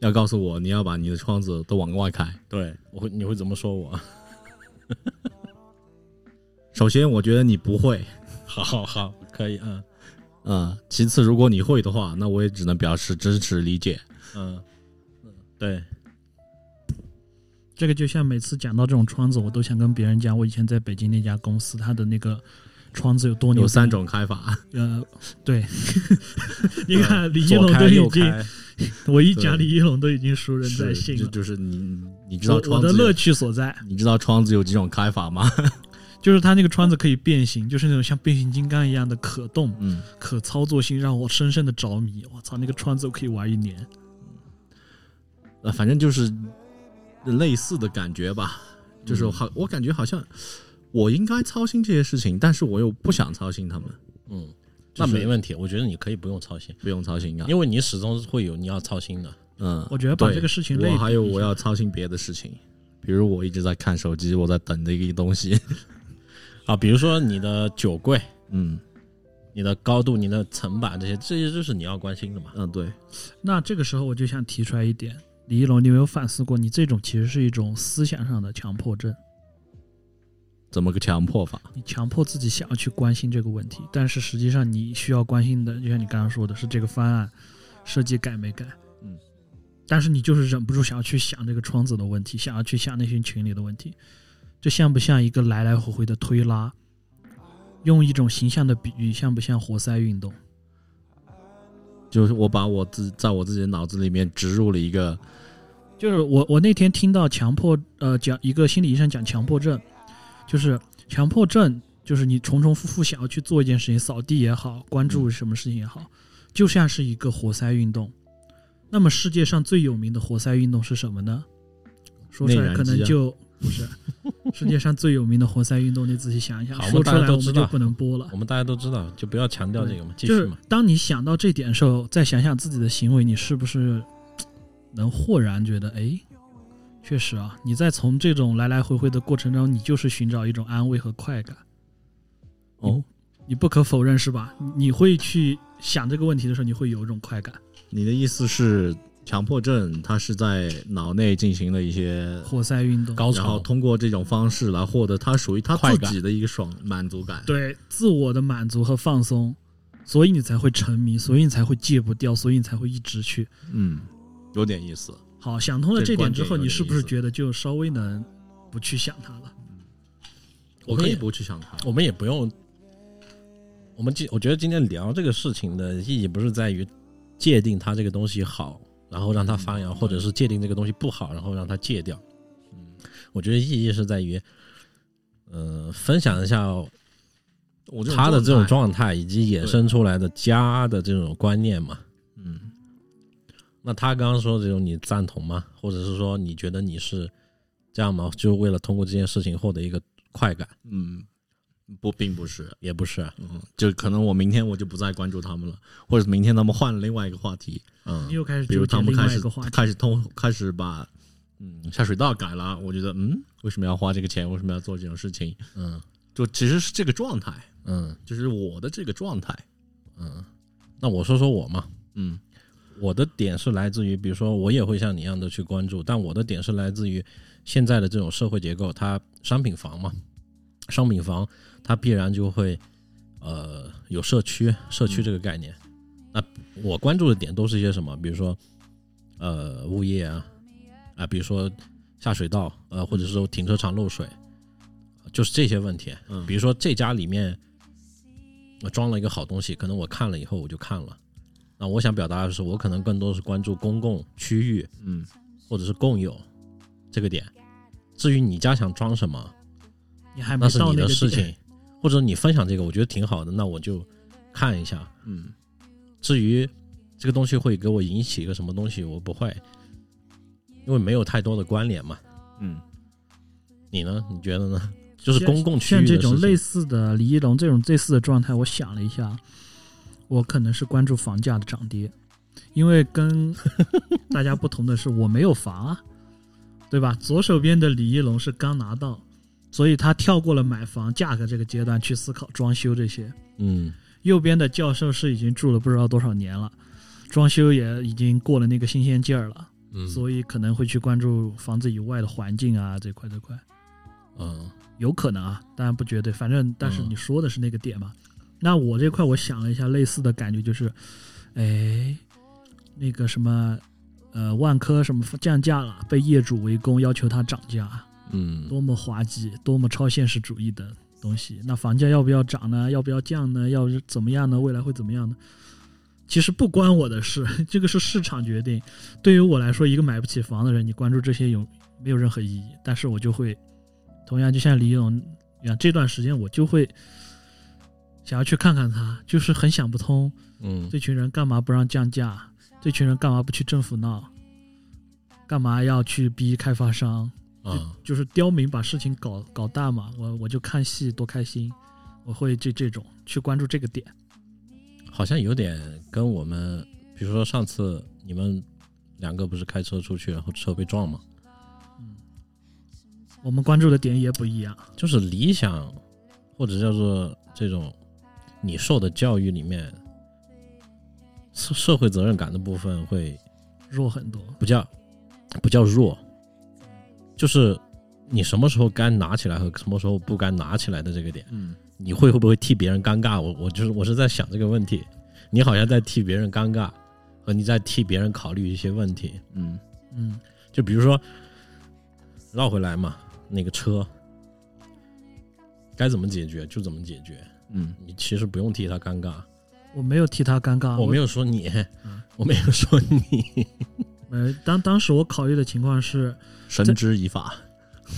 Speaker 1: 要告诉我你要把你的窗子都往外开，
Speaker 2: 对，我会你会怎么说我？
Speaker 1: 首先我觉得你不会，
Speaker 2: 好好好，可以，嗯
Speaker 1: 嗯，其次如果你会的话，那我也只能表示支持理解，
Speaker 2: 嗯，对，
Speaker 3: 这个就像每次讲到这种窗子，我都想跟别人讲，我以前在北京那家公司，它的那个窗子有多牛。
Speaker 1: 有三，种开法，
Speaker 3: 呃， 对，你看
Speaker 1: 嗯
Speaker 3: 李一
Speaker 2: 左
Speaker 3: 龙
Speaker 2: 开
Speaker 3: 都
Speaker 2: 右
Speaker 3: 已经，
Speaker 2: 开，
Speaker 3: 我一
Speaker 1: 对
Speaker 3: 讲李一龙都已经熟人在
Speaker 1: 是
Speaker 3: 心
Speaker 1: 就
Speaker 3: 了。
Speaker 1: 就是你你知道
Speaker 3: 我我
Speaker 1: 窗
Speaker 3: 的
Speaker 1: 子
Speaker 3: 乐
Speaker 1: 有
Speaker 3: 趣嗯所在
Speaker 1: 你知道窗子有几种开法 吗？
Speaker 3: 就是它那个窗子可以变形，就是那种像变形金刚一样的可动。
Speaker 1: 嗯，
Speaker 3: 可操作性让我深深的着迷。我操，那个窗子我可以玩一年。
Speaker 1: 呃，反正就是类似的感觉吧，就是
Speaker 3: 嗯
Speaker 1: 好，我感觉好像我应该操心这些事情，但是我又不想操心他们，
Speaker 2: 嗯，
Speaker 1: 就
Speaker 2: 那
Speaker 1: 是
Speaker 2: 没问题，我觉得你可以不用操心，
Speaker 1: 不用操心啊，
Speaker 2: 因为你始终会有你要操心的，
Speaker 1: 嗯，
Speaker 3: 我觉得把
Speaker 1: 对
Speaker 3: 这个事情类比
Speaker 1: 我还有
Speaker 3: 一下
Speaker 1: 我要操心别的事情，比如我一直在看手机，我在等的一个东西，
Speaker 2: 啊，比如说你的酒柜、
Speaker 1: 嗯
Speaker 2: 你的高度、你的层板这些，这些就是你要关心的嘛。
Speaker 1: 嗯，对，
Speaker 3: 那这个时候我就想提出来一点，李一龙，你有没有反思过，你这种其实是一种思想上的强迫症，
Speaker 1: 怎么个强迫法？
Speaker 3: 你强迫自己想要去关心这个问题，但是实际上你需要关心的，就像你刚刚说的，是这个方案设计改没改，
Speaker 1: 嗯，
Speaker 3: 但是你就是忍不住想要去想这个窗子的问题，想要去想那群群里的问题，这像不像一个来来回回的推拉？用一种形象的比喻，像不像活塞运动？
Speaker 1: 就是我把我自在我自己的脑子里面植入了一个，
Speaker 3: 就是我我那天听到强迫呃讲一个心理医生讲强迫症，就是强迫症就是你重重复复想要去做一件事情，扫地也好，关
Speaker 2: 嗯
Speaker 3: 注什么事情也好，就像是一个活塞运动。那么世界上最有名的活塞运动是什么呢？说出
Speaker 1: 内
Speaker 3: 来
Speaker 1: 燃
Speaker 3: 可能
Speaker 1: 机啊
Speaker 3: 就、不 是世界上最有名的活塞运动，你仔细想一想，
Speaker 2: 好
Speaker 3: 说
Speaker 2: 我们
Speaker 3: 出
Speaker 2: 大家
Speaker 3: 来
Speaker 2: 都
Speaker 3: 我们
Speaker 2: 知
Speaker 3: 就
Speaker 2: 道
Speaker 3: 不能播了
Speaker 2: 我。们大家都知道，就不要强调这个嘛，继
Speaker 3: 就
Speaker 2: 续
Speaker 3: 是
Speaker 2: 嘛。
Speaker 3: 当你想到这点的时候，再想想自己的行为，你是不是能豁然觉得，哎，确实啊，你在从这种来来回回的过程中，你就是寻找一种安慰和快感。
Speaker 1: 哦，
Speaker 3: 你不可否认是吧？你会去想这个问题的时候，你会有一种快感。
Speaker 1: 你的意思是强迫症，它是在脑内进行了一些，
Speaker 3: 活塞运动，
Speaker 2: 高
Speaker 1: 然后
Speaker 2: 潮，
Speaker 1: 通过这种方式来获得它属于它
Speaker 2: 快
Speaker 1: 自
Speaker 2: 感
Speaker 1: 己的一个爽满足感。
Speaker 3: 对自我的满足和放松，所以你才会沉迷，所以你才会戒不掉，所以你才会一直去。
Speaker 1: 嗯，有点意思。
Speaker 3: 好，想通了
Speaker 1: 这
Speaker 3: 这点
Speaker 1: 观
Speaker 3: 之
Speaker 1: 点
Speaker 3: 后，
Speaker 1: 有
Speaker 3: 你
Speaker 1: 点
Speaker 3: 是不
Speaker 1: 意
Speaker 3: 是
Speaker 1: 思
Speaker 3: 觉得就稍微能不去想它了？
Speaker 1: 我
Speaker 2: 我
Speaker 1: 可
Speaker 2: 可
Speaker 1: 以
Speaker 2: 以
Speaker 1: 不去想它。
Speaker 2: 我们也不用。我们今我觉得今天聊这个事情的意义不是在于界定它这个东西好，然后让它发
Speaker 1: 嗯
Speaker 2: 扬，或者是界定这个东西不好，然后让它戒掉。我觉得意义是在于，呃，分享一下
Speaker 1: 我
Speaker 2: 他的这种
Speaker 1: 状态，
Speaker 2: 状态，以及衍生出来的家的这种观念嘛。
Speaker 1: 嗯，
Speaker 2: 那他刚刚说的这种，你赞同吗？或者是说你觉得你是这样吗？就为了通过这件事情获得一个快感，
Speaker 1: 嗯，不，并不是，
Speaker 2: 也不是啊，
Speaker 1: 嗯，就可能我明天我就不再关注他们了，或者明天他们换了另外一个话题，
Speaker 3: 你
Speaker 2: 嗯，
Speaker 3: 又开始
Speaker 1: 比
Speaker 3: 纠
Speaker 1: 如
Speaker 3: 结
Speaker 1: 他们
Speaker 3: 另
Speaker 1: 开
Speaker 3: 外一
Speaker 1: 始
Speaker 3: 个话题。
Speaker 1: 开始通开始把嗯下水道改了，我觉得嗯为什么要花这个钱，为什么要做这种事情？
Speaker 2: 嗯
Speaker 1: 就其实是这个状态，
Speaker 2: 嗯
Speaker 1: 就是我的这个状态，
Speaker 2: 嗯。那我说说我嘛，
Speaker 1: 嗯
Speaker 2: 我的点是来自于，比如说我也会像你一样的去关注，但我的点是来自于现在的这种社会结构，它商品房嘛，商品房它必然就会呃有社区，社区这个概念。那我关注的点都是一些什么？比如说呃物业啊，啊、比如说下水道，呃或者是说停车场漏水，就是这些问题。
Speaker 1: 嗯，
Speaker 2: 比如说这家里面呃装了一个好东西，可能我看了以后我就看了。那我想表达的是，我可能更多是关注公共区域
Speaker 1: 嗯
Speaker 2: 或者是共有这个点。至于你家想装什么，
Speaker 3: 你还没
Speaker 2: 那是
Speaker 3: 到
Speaker 2: 你
Speaker 3: 那
Speaker 2: 的
Speaker 3: 个
Speaker 2: 事
Speaker 3: 点
Speaker 2: 情，或者你分享这个，我觉得挺好的，那我就看一下。
Speaker 1: 嗯
Speaker 2: 至于这个东西会给我引起一个什么东西，我不会，因为没有太多的关联嘛。
Speaker 1: 嗯，
Speaker 2: 你呢？你觉得呢？ 就是
Speaker 3: 像
Speaker 2: 公共区域
Speaker 3: 像
Speaker 2: 的
Speaker 3: 这种
Speaker 2: 事情
Speaker 3: 类似的李一龙这种类似的状态，我想了一下，我可能是关注房价的涨跌，因为 跟大家不同的是，我没有房啊，对吧？左手边的李一龙是刚拿到，所以他跳过了买房价格这个阶段去思考装修这些。
Speaker 2: 嗯
Speaker 3: 右边的教授是已经住了不知道多少年了，装修也已经过了那个新鲜劲儿了，
Speaker 2: 嗯
Speaker 3: 所以可能会去关注房子以外的环境啊这块这块。
Speaker 2: 嗯
Speaker 3: 有可能啊，当然不绝对，反正但是
Speaker 2: 嗯
Speaker 3: 你说的是那个点嘛。那我这块我想了一下，类似的感觉就是，哎，那个什么，呃，万科什么降价了，被业主围攻，要求它涨价，
Speaker 2: 嗯
Speaker 3: 多么滑稽，多么超现实主义的东西。那房价要不要涨呢？要不要降呢？要怎么样呢？未来会怎么样呢？其实不关我的事，这个是市场决定。对于我来说，一个买不起房的人，你关注这些有没有任何意义？但是我就会，同样就像李勇一样，这段时间我就会想要去看看他，就是很想不通，
Speaker 2: 嗯
Speaker 3: 这群人干嘛不让降价？这群人干嘛不去政府闹？干嘛要去逼开发商？
Speaker 2: 啊
Speaker 3: 就是刁民把事情搞搞大嘛，我我就看戏多开心，我会这这种去关注这个点。
Speaker 2: 好像有点跟我们，比如说上次你们两个不是开车出去，然后车被撞嘛，
Speaker 3: 嗯，我们关注的点也不一样。
Speaker 2: 就是理想或者叫做这种你受的教育里面，社社会责任感的部分会
Speaker 3: 弱很多，
Speaker 2: 不叫不叫弱，就是你什么时候该拿起来和什么时候不该拿起来的这个点，
Speaker 1: 嗯，
Speaker 2: 你会会不会替别人尴尬？我我就是我是在想这个问题，你好像在替别人尴尬，和你在替别人考虑一些问题。
Speaker 1: 嗯
Speaker 3: 嗯
Speaker 2: 就比如说，绕回来嘛，那个车该怎么解决就怎么解决，
Speaker 1: 嗯
Speaker 2: 你其实不用替他尴尬。
Speaker 3: 我没有替他尴
Speaker 1: 啊
Speaker 3: 尬，
Speaker 2: 我没
Speaker 3: 有。
Speaker 2: 有说你
Speaker 3: 嗯，
Speaker 2: 我没有说你，
Speaker 3: 呃，当当时我考虑的情况是，
Speaker 1: 绳之以法。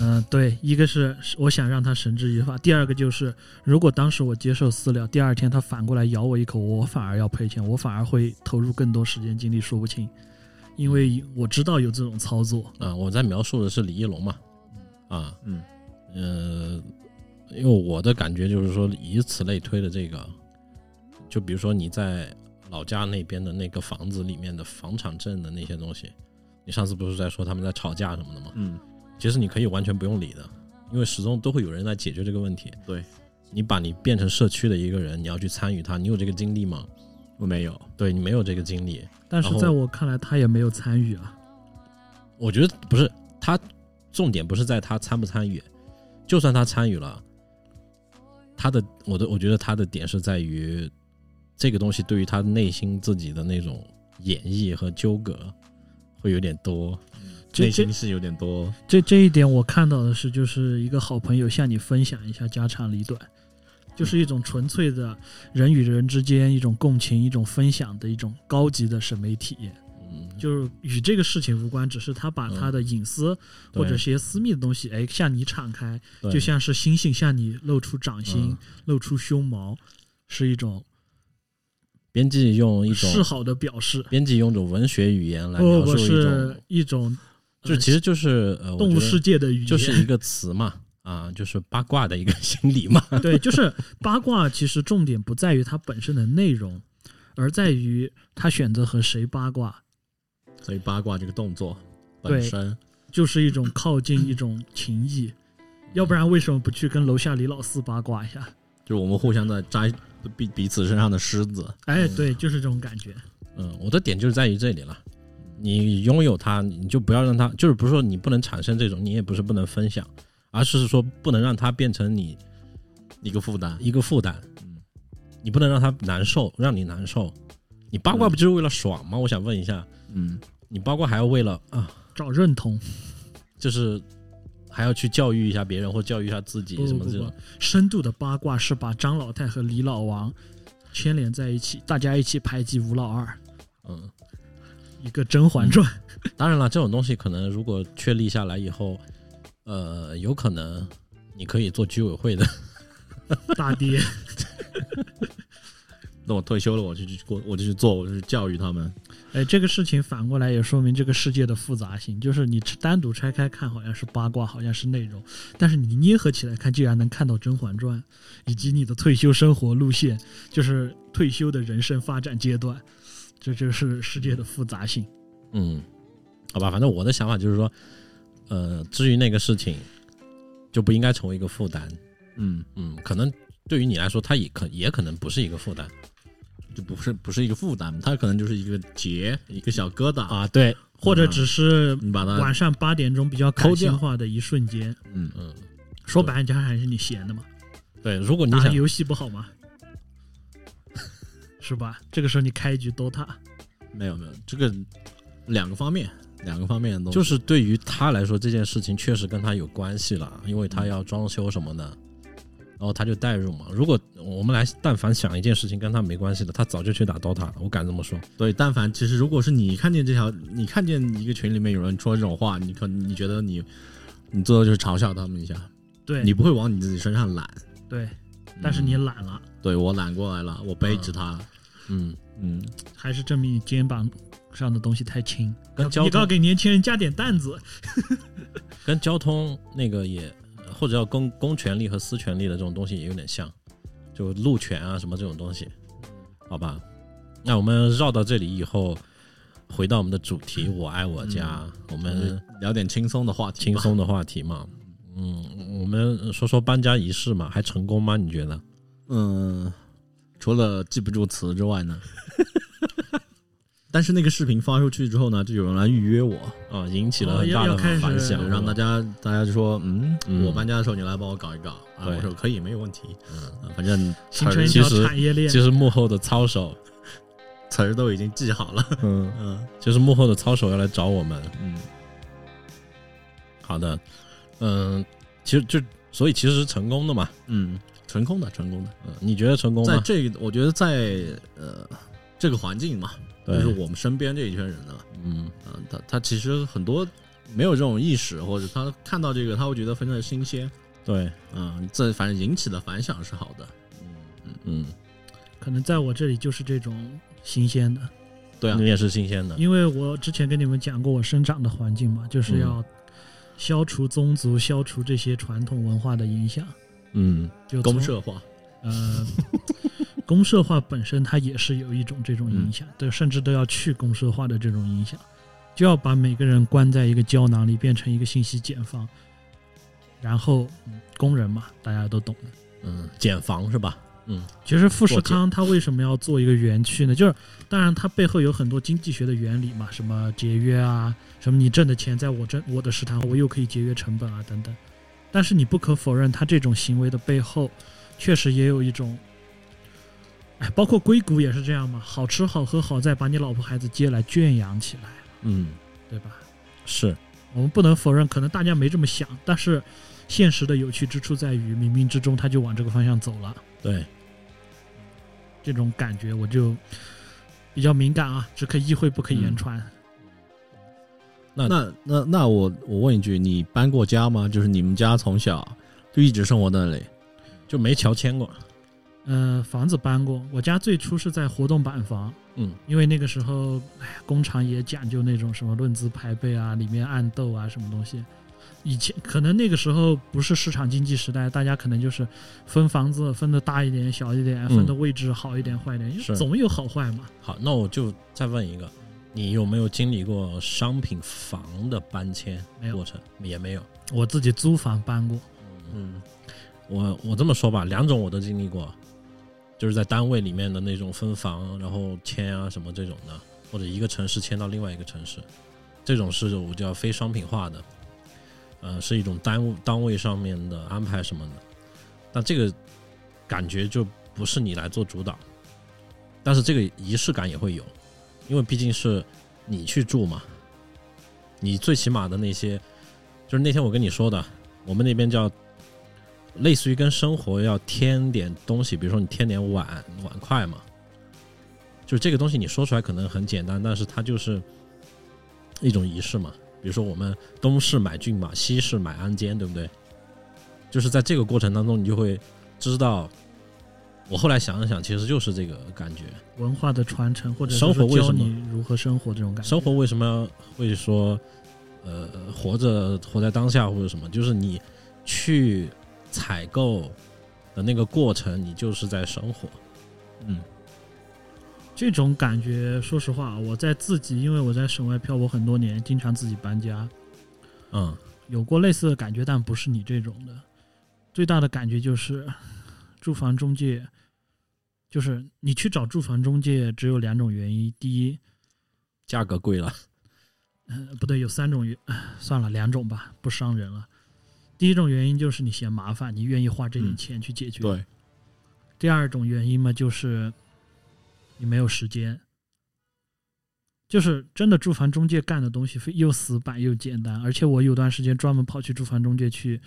Speaker 3: 嗯、对，一个是我想让他绳之以法，第二个就是如果当时我接受私了，第二天他反过来咬我一口，我反而要赔钱，我反而会投入更多时间精力说不清，因为我知道有这种操作。
Speaker 2: 啊，我在描述的是李一龙嘛，啊，
Speaker 1: 嗯
Speaker 2: 呃，因为我的感觉就是说，以此类推的这个，就比如说你在老家那边的那个房子里面的房产证的那些东西，你上次不是在说他们在吵架什么的吗？
Speaker 1: 嗯
Speaker 2: 其实你可以完全不用理的，因为始终都会有人来解决这个问题。
Speaker 1: 对，
Speaker 2: 你把你变成社区的一个人，你要去参与它，你有这个精力吗？
Speaker 1: 我没有。
Speaker 2: 对你没有这个精力，
Speaker 3: 但是
Speaker 2: 然后
Speaker 3: 在我看来，他也没有参与啊。
Speaker 2: 我觉得不是他，重点不是在他参不参与，就算他参与了，他的我的我觉得他的点是在于这个东西对于他内心自己的那种演绎和纠葛会有点多。
Speaker 3: 这
Speaker 1: 内
Speaker 3: 这
Speaker 1: 心是有点多，
Speaker 3: 这这一点我看到的是，就是一个好朋友向你分享一下家长里短，就是一种纯粹的人与人之间一种共情、一种分享的一种高级的审美体验，
Speaker 2: 嗯，
Speaker 3: 就是与这个事情无关，只是他把他的隐私
Speaker 2: 对
Speaker 3: 或者是一些私密的东西，哎，向你敞开，
Speaker 2: 对
Speaker 3: 就像是猩猩向你露出掌心
Speaker 2: 嗯、
Speaker 3: 露出胸毛，是一种
Speaker 2: 编辑用一种
Speaker 3: 示好的表示，
Speaker 2: 编辑用一种文学语言来
Speaker 3: 不
Speaker 2: 描
Speaker 3: 不
Speaker 2: 述
Speaker 3: 不
Speaker 2: 一种
Speaker 3: 是，一种
Speaker 2: 就其实就是呃，我
Speaker 3: 动物
Speaker 2: 觉得
Speaker 3: 世界的语言，
Speaker 2: 就是一个词嘛，啊，就是八卦的一个 心理嘛。
Speaker 3: 对，就是八卦，其实重点不在于它本身的内容，而在于他选择和谁八卦，
Speaker 1: 所以八卦这个动作
Speaker 3: 对
Speaker 1: 本身，
Speaker 3: 就是一种靠近，一种情谊。要不然为什么不去跟楼下李老四八卦一下？
Speaker 1: 就是我们互相在摘彼彼此身上的虱子。
Speaker 3: 哎，对，就是这种感觉。
Speaker 2: 嗯，我的点就是在于这里了。你拥有它，你就不要让它，就是不是说你不能产生这种，你也不是不能分享，而是说不能让它变成你
Speaker 1: 一个负担，
Speaker 2: 一个负担
Speaker 1: 嗯。
Speaker 2: 你不能让它难受，让你难受。你八卦不就是为了爽吗？我想问一下，
Speaker 1: 嗯，
Speaker 2: 你八卦还要为了啊，
Speaker 3: 找认同，
Speaker 2: 就是还要去教育一下别人或教育一下自己
Speaker 3: 不
Speaker 2: 什
Speaker 3: 不
Speaker 2: 么
Speaker 3: 不
Speaker 2: 这种
Speaker 3: 不，深度的八卦是把张老太和李老王牵连在一起，大家一起排挤吴老二，
Speaker 2: 嗯。
Speaker 3: 一个《甄嬛传》
Speaker 2: 当然了，这种东西可能如果确立下来以后，呃，有可能你可以做居委会的，
Speaker 3: 大爹，
Speaker 1: 等我退休了，我就去过，我就去做，我就去教育他们。
Speaker 3: 哎，这个事情反过来也说明这个世界的复杂性，就是你单独拆开看好像是八卦，好像是内容，但是你捏合起来看，竟然能看到《甄嬛传》，以及你的退休生活路线，就是退休的人生发展阶段，这就是世界的复杂性。
Speaker 2: 嗯，好吧，反正我的想法就是说，呃，至于那个事情，就不应该成为一个负担。
Speaker 1: 嗯，
Speaker 2: 嗯，可能对于你来说，它也可也可能不是一个负担
Speaker 1: 就不是不是一个负担，它可能就是一个结，一个小疙瘩，
Speaker 2: 啊。对，
Speaker 3: 或者只是
Speaker 1: 你把它
Speaker 3: 晚上八点钟比较感性化的一瞬间，
Speaker 1: 嗯
Speaker 2: 嗯，
Speaker 3: 说白了你还是你闲的嘛，
Speaker 2: 对。如果你
Speaker 3: 打个
Speaker 2: 想，
Speaker 3: 游戏不好吗？ 是吧？这个时候你开一局 DOTA，
Speaker 1: 没有没有这个两个方面，两个方面的东西，
Speaker 2: 就是对于他来说，这件事情确实跟他有关系了，因为他要装修什么的，然后他就代入嘛。如果我们来，但凡想一件事情跟他没关系的，他早就去打 DOTA 了，我敢这么说。
Speaker 1: 对。但凡其实如果是你看见这条，你看见一个群里面有人说这种话，你可你觉得你你最后就是嘲笑他们一下，
Speaker 3: 对，
Speaker 1: 你不会往你自己身上揽，
Speaker 3: 对，但是你
Speaker 1: 嗯
Speaker 3: 懒了。
Speaker 1: 对我揽过来了，我背着它，
Speaker 2: 嗯，
Speaker 1: 嗯，
Speaker 3: 还是证明你肩膀上的东西太轻。
Speaker 2: 跟
Speaker 3: 你
Speaker 2: 交
Speaker 3: 倒
Speaker 2: 通
Speaker 3: 给年轻人加点担子。
Speaker 2: 跟交通那个也，或者叫公公权力和私权力的这种东西也有点像，就路权啊什么这种东西，好吧？那我们绕到这里以后，回到我们的主题，我爱我家，我
Speaker 1: 我
Speaker 2: 们
Speaker 1: 们呃聊点轻松的话题
Speaker 2: 轻
Speaker 1: 吧，
Speaker 2: 松的话题嘛。嗯，我们说说搬家仪式嘛，还成功吗？你觉得？
Speaker 1: 嗯，除了记不住词之外 呢，但是那个视频发出去之后呢，就有人来预约我，
Speaker 2: 啊，引起了
Speaker 3: 哦
Speaker 2: 很
Speaker 3: 要
Speaker 2: 大
Speaker 3: 要
Speaker 2: 的
Speaker 3: 开始
Speaker 2: 反响，
Speaker 1: 想让大
Speaker 2: 家
Speaker 1: 家大家就说，嗯，
Speaker 2: 嗯
Speaker 1: 我搬家的时候你来帮我搞一搞啊，
Speaker 2: 对
Speaker 1: 我说可
Speaker 2: 嗯
Speaker 1: 以，没有问题，啊反正
Speaker 3: 形成一
Speaker 2: 其
Speaker 3: 条
Speaker 2: 实
Speaker 3: 产业链
Speaker 2: 其，实幕后的操手
Speaker 1: 词儿都已经记好了。
Speaker 2: 嗯，
Speaker 1: 嗯
Speaker 2: 就是幕后的操手要来找我们。
Speaker 1: 嗯，
Speaker 2: 好的，嗯，其实就所以其实是成功的嘛，
Speaker 1: 嗯，成功的，成功的。
Speaker 2: 嗯，你觉得成功
Speaker 1: 在
Speaker 2: 吗？
Speaker 1: 这个，我觉得在呃这个环境嘛，就
Speaker 2: 对
Speaker 1: 是，我们身边这一圈人呢，
Speaker 2: 嗯，
Speaker 1: 嗯、他他其实很多没有这种意识，或者他看到这个，他会觉得非常的新鲜。
Speaker 2: 对，
Speaker 1: 嗯，这反正引起的反响是好的。
Speaker 2: 嗯，
Speaker 3: 可能在我这里就是这种新鲜的，
Speaker 1: 对啊
Speaker 2: 你，也是新鲜的，
Speaker 3: 因为我之前跟你们讲过我生长的环境嘛，
Speaker 2: 嗯
Speaker 3: 就是要消除宗族、消除这些传统文化的影响。
Speaker 2: 嗯，
Speaker 3: 就从
Speaker 1: 公社化，
Speaker 3: 呃，公社化本身它也是有一种这种影响，对，甚至都要去公社化的这种影响，就要把每个人关在一个胶囊里，变成一个信息茧房，然后、嗯工人嘛，大家都懂的。
Speaker 2: 嗯，减房是吧？
Speaker 3: 其实富士
Speaker 2: 我解
Speaker 3: 康它为什么要做一个园区呢？就是当然它背后有很多经济学的原理嘛，什么节约啊，什么你挣的钱在我挣我的食堂，我又可以节约成本啊等等。但是你不可否认，它这种行为的背后，确实也有一种，哎，包括硅谷也是这样嘛，好吃好喝好在把你老婆孩子接来圈养起来，
Speaker 2: 嗯，
Speaker 3: 对吧？
Speaker 2: 是，
Speaker 3: 我们不能否认，可能大家没这么想，但是现实的有趣之处在于，冥冥之中它就往这个方向走了。
Speaker 2: 对，
Speaker 3: 这种感觉，我就比较敏感啊，只可意会不可
Speaker 2: 嗯
Speaker 3: 言传。
Speaker 1: 那那那我我问一句，你搬过家吗？就是你们家从小就一直生活在那里？
Speaker 2: 就没乔迁过，
Speaker 3: 呃，房子搬过，我家最初是在活动板房，
Speaker 2: 嗯，
Speaker 3: 因为那个时候，哎呀，工厂也讲究那种什么论资排辈啊，里面暗斗啊，什么东西。以前可能那个时候不是市场经济时代，大家可能就是分房子分的大一点、小一点，分的位置好一点、坏一点，因为
Speaker 2: 嗯是
Speaker 3: 总有好坏嘛。
Speaker 2: 好，那我就再问一个，你有没有经历过商品房的搬迁
Speaker 3: 没有
Speaker 2: 过程？也没有。
Speaker 3: 我自己租房搬过，
Speaker 1: 嗯
Speaker 2: 我我这么说吧，两种我都经历过，就是在单位里面的那种分房，然后迁啊什么这种的，或者一个城市迁到另外一个城市，这种是我叫非商品化的，呃，是一种单位单位上面的安排什么的。那这个感觉就不是你来做主导，但是这个仪式感也会有，因为毕竟是你去住嘛，你最起码的那些，就是那天我跟你说的，我们那边叫类似于跟生活要添点东西，比如说你添点碗碗筷嘛，就是这个东西你说出来可能很简单，但是它就是一种仪式嘛。比如说我们东市买骏马，西市买鞍鞯，对不对？就是在这个过程当中，你就会知道。我后来想了想，其实就是这个感觉。
Speaker 3: 文化的传承或者是
Speaker 2: 生活
Speaker 3: 说
Speaker 2: 为
Speaker 3: 教
Speaker 2: 什么
Speaker 3: 你如何生活这种感觉。
Speaker 2: 生活为什么会说，呃，活着活在当下或者什么？就是你去采购的那个过程，你就是在生活。
Speaker 1: 嗯
Speaker 3: 这种感觉，说实话，我在自己，因为我在省外漂泊很多年，经常自己搬家，
Speaker 2: 嗯，
Speaker 3: 有过类似的感觉，但不是你这种的。最大的感觉就是， 住房中介，就是你去找住房中介，只有两种原因：第一，
Speaker 2: 价格贵了，
Speaker 3: 呃，不对，有三种原， 唉算了，两种吧，不伤人了。第一种原因就是你嫌麻烦，你愿意花这点
Speaker 1: 嗯
Speaker 3: 钱去解决；
Speaker 1: 对，
Speaker 3: 第二种原因嘛，就是你没有时间。就是真的住房中介干的东西非又死板又简单，而且我有段时间专门跑去住房中介去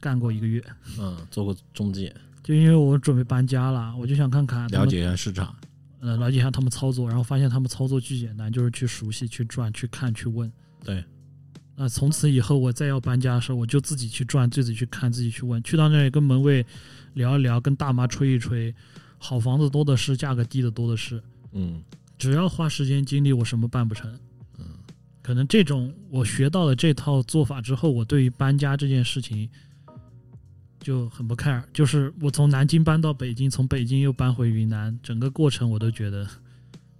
Speaker 3: 干过一个月，
Speaker 2: 嗯， 做过中介，
Speaker 3: 就因为我准备搬家了，我就想看看他
Speaker 1: 了
Speaker 3: 们，
Speaker 1: 解一下市场。
Speaker 3: 呃，了解一下他们操作，然后发现他们操作巨简单，就是去熟悉、去转、去看、去问。
Speaker 2: 对，
Speaker 3: 那从此以后，我再要搬家的时候，我就自己去转，自己去看，自己去问，去到那里跟门卫聊一聊，跟大妈吹一吹，好房子多的是，价格低的多的是。
Speaker 2: 嗯
Speaker 3: 只要花时间精力，我什么办不成。
Speaker 2: 嗯
Speaker 3: 可能这种我学到了这套做法之后，我对于搬家这件事情就很不 care。就是我从南京搬到北京，从北京又搬回云南，整个过程我都觉得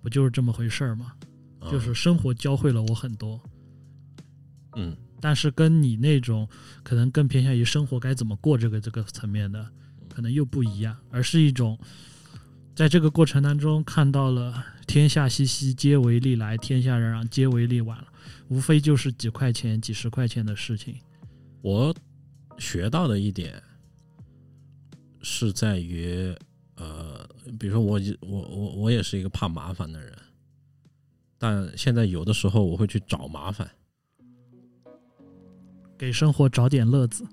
Speaker 3: 不就是这么回事儿嘛。
Speaker 2: 啊
Speaker 3: 就是生活教会了我很多，
Speaker 2: 嗯
Speaker 3: 但是跟你那种可能更偏向于生活该怎么过这个这个层面的，
Speaker 2: 嗯
Speaker 3: 可能又不一样，而是一种在这个过程当中看到了“天下熙熙，皆为利来；天下攘攘，皆为利往”了，无非就是几块钱、几十块钱的事情。
Speaker 2: 我学到的一点是在于，呃，比如说我我我我也是一个怕麻烦的人，但现在有的时候我会去找麻烦。
Speaker 3: 给生活找点乐子，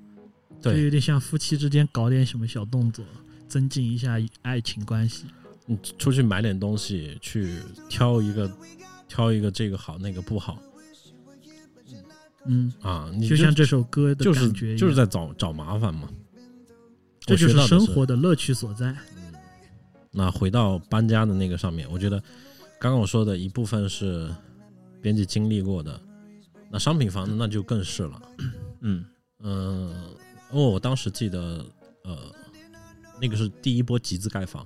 Speaker 3: 就
Speaker 2: 对，
Speaker 3: 有点像夫妻之间搞点什么小动作，增进一下爱情关系。
Speaker 2: 你出去买点东西，去挑一个，挑一个这个好那个不好
Speaker 3: 嗯，
Speaker 2: 啊，你
Speaker 3: 就像这首歌的
Speaker 2: 就是
Speaker 3: 感觉一样，
Speaker 2: 就是在找找麻烦嘛。
Speaker 3: 这就
Speaker 2: 我学到
Speaker 3: 是
Speaker 2: 的嗯
Speaker 3: 生活的乐趣所在。
Speaker 2: 那回到搬家的那个上面，我觉得刚刚我说的一部分是编辑经历过的，那商品房那就更是了。
Speaker 1: 嗯
Speaker 2: 嗯、因为我当时记得，呃，那个是第一波集资盖房，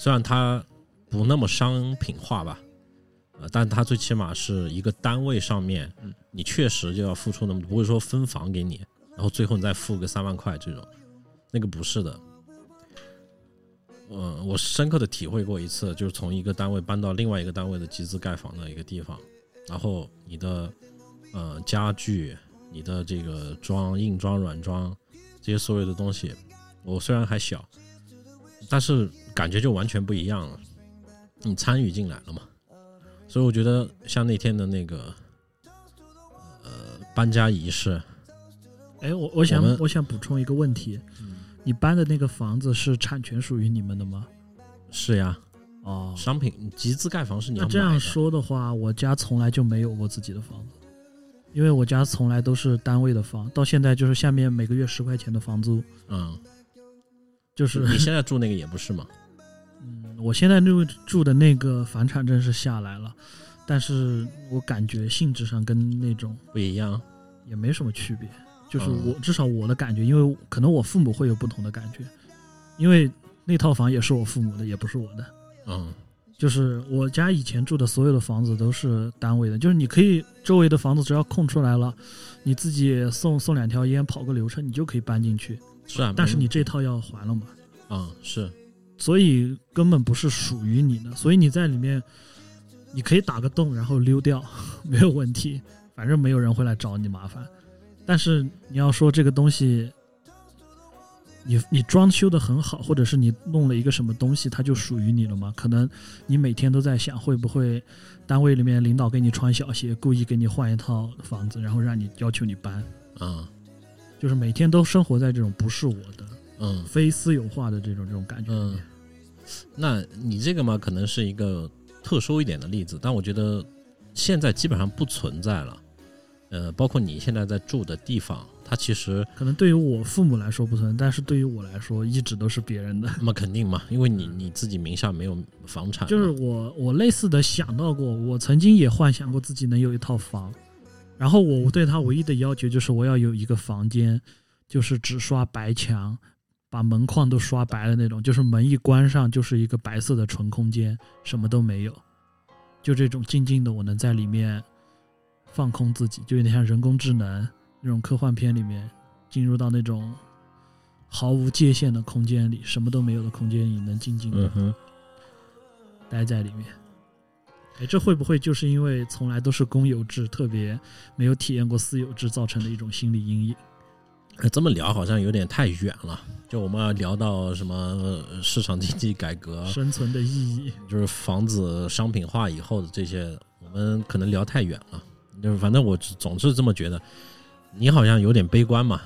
Speaker 2: 虽然它不那么商品化吧，呃，但它最起码是一个单位上面
Speaker 1: 嗯，
Speaker 2: 你确实就要付出那么多，不会说分房给你，然后最后你再付个三万块这种，那个不是的。嗯，我深刻的体会过一次，就是从一个单位搬到另外一个单位的集资盖房的一个地方，然后你的呃家具、你的这个装硬装、软装这些所有的东西，我虽然还小，但是感觉就完全不一样了。你参与进来了嘛？所以我觉得像那天的那个呃搬家仪式，
Speaker 3: 哎，我我想
Speaker 2: 我们嗯
Speaker 3: 我想补充一个问题，你搬的那个房子是产权属于你们的吗？
Speaker 2: 是呀，
Speaker 3: 哦
Speaker 2: 商品集资盖房是你要
Speaker 3: 那
Speaker 2: 买
Speaker 3: 啊这
Speaker 2: 的
Speaker 3: 样说的话，我家从来就没有过自己的房子，因为我家从来都是单位的房，到现在就是下面每个月十块钱的房租，
Speaker 2: 嗯，
Speaker 3: 就是是
Speaker 2: 你现在住那个也不是嘛？
Speaker 3: 嗯，我现在住住的那个房产证是下来了，但是我感觉性质上跟那种
Speaker 2: 不一样，
Speaker 3: 也没什么区别，就是
Speaker 2: 嗯
Speaker 3: 我、至少我的感觉，因为可能我父母会有不同的感觉，因为那套房也是我父母的，也不是我的。
Speaker 2: 嗯
Speaker 3: 就是我家以前住的所有的房子都是单位的，就是你可以周围的房子只要空出来了，你自己送送两条烟，跑个流程，你就可以搬进去。
Speaker 2: 是啊，
Speaker 3: 但是
Speaker 2: 没
Speaker 3: 你这套要还了嘛，
Speaker 2: 嗯是
Speaker 3: 所以根本不是属于你的，所以你在里面，你可以打个洞然后溜掉， 没有问题，反正没有人会来找你麻烦。但是你要说这个东西，你你装修的很好，或者是你弄了一个什么东西，它就属于你了吗？可能你每天都在想，会不会单位里面领导给你穿小鞋，故意给你换一套房子，然后让你要求你搬，
Speaker 2: 嗯
Speaker 3: 就是每天都生活在这种不是我的、
Speaker 2: 嗯
Speaker 3: 非私有化的这种这种感觉里面。
Speaker 2: 嗯，那你这个嘛，可能是一个特殊一点的例子，但我觉得现在基本上不存在了。呃，包括你现在在住的地方，它其实
Speaker 3: 可能对于我父母来说不存在，但是对于我来说一直都是别人的。
Speaker 2: 那么肯定嘛，因为你你自己名下没有房产嘛，
Speaker 3: 就是我，我类似的想到过，我曾经也幻想过自己能有一套房，然后我对他唯一的要求就是我要有一个房间，就是只刷白墙，把门框都刷白的那种，就是门一关上就是一个白色的纯空间，什么都没有，就这种静静的，我能在里面放空自己，就有点像人工智能那种科幻片里面进入到那种毫无界限的空间里，什么都没有的空间里，能静静的
Speaker 2: 嗯哼，
Speaker 3: 待在里面。哎，这会不会就是因为从来都是公有制，特别没有体验过私有制造成的一种心理阴影？
Speaker 2: 哎这么聊好像有点太远了。就我们要聊到什么呃市场经济改革，啊
Speaker 3: 生存的意义？
Speaker 2: 就是房子商品化以后的这些，我们可能聊太远了。就是反正我总是这么觉得，你好像有点悲观嘛。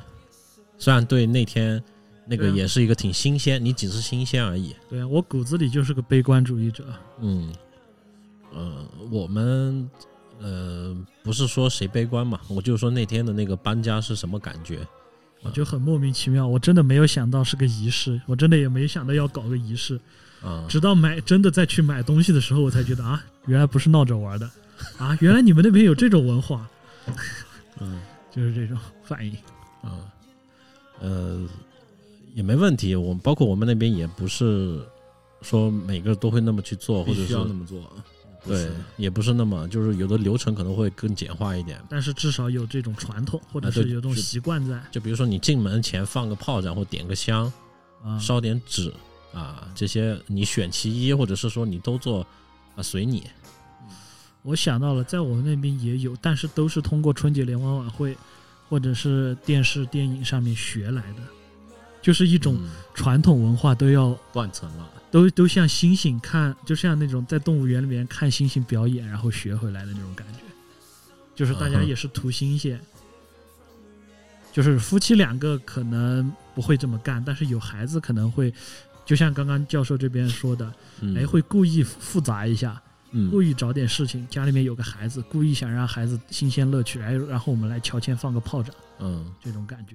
Speaker 2: 虽然对那天那个
Speaker 3: 对啊
Speaker 2: 也是一个挺新鲜，你只是新鲜而已。
Speaker 3: 对啊，我骨子里就是个悲观主义者。
Speaker 2: 嗯，呃，我们呃不是说谁悲观嘛，我就说那天的那个搬家是什么感觉。
Speaker 3: 我就很莫名其妙，我真的没有想到是个仪式，我真的也没想到要搞个仪式，
Speaker 2: 啊、
Speaker 3: 直到买真的再去买东西的时候，我才觉得啊，原来不是闹着玩的，啊，原来你们那边有这种文化，
Speaker 2: 嗯，
Speaker 3: 就是这种反应。
Speaker 2: 啊，呃，也没问题。我们包括我们那边也不是说每个都会那么去做，或
Speaker 1: 必
Speaker 2: 者
Speaker 1: 须
Speaker 2: 是
Speaker 1: 要那么做，不
Speaker 2: 对
Speaker 1: 是，
Speaker 2: 也不是那么，就是有的流程可能会更简化一点。
Speaker 3: 但是至少有这种传统，或者
Speaker 2: 啊对
Speaker 3: 是有这种
Speaker 2: 是啊
Speaker 3: 习惯在
Speaker 2: 就比如说你进门前放个炮仗或点个香，
Speaker 1: 嗯
Speaker 3: 啊。
Speaker 2: 烧点纸啊，这些你选其一，或者是说你都做啊，随你。
Speaker 3: 我想到了，在我们那边也有，但是都是通过春节联欢晚会或者是电视电影上面学来的。就是一种
Speaker 2: 嗯
Speaker 3: 传统文化都要
Speaker 2: 断层了。
Speaker 3: 都都像猩猩看，就像那种在动物园里面看猩猩表演，然后学回来的那种感觉，就是大家
Speaker 2: 嗯哼
Speaker 3: 也是图新鲜。就是夫妻两个可能不会这么干，但是有孩子可能会，就像刚刚教授这边说的，
Speaker 2: 嗯
Speaker 3: 哎，会故意复杂一下，
Speaker 2: 嗯
Speaker 3: 故意找点事情。家里面有个孩子，故意想让孩子新鲜乐趣，哎，然后我们来乔迁放个炮仗，
Speaker 2: 嗯，
Speaker 3: 这种感觉。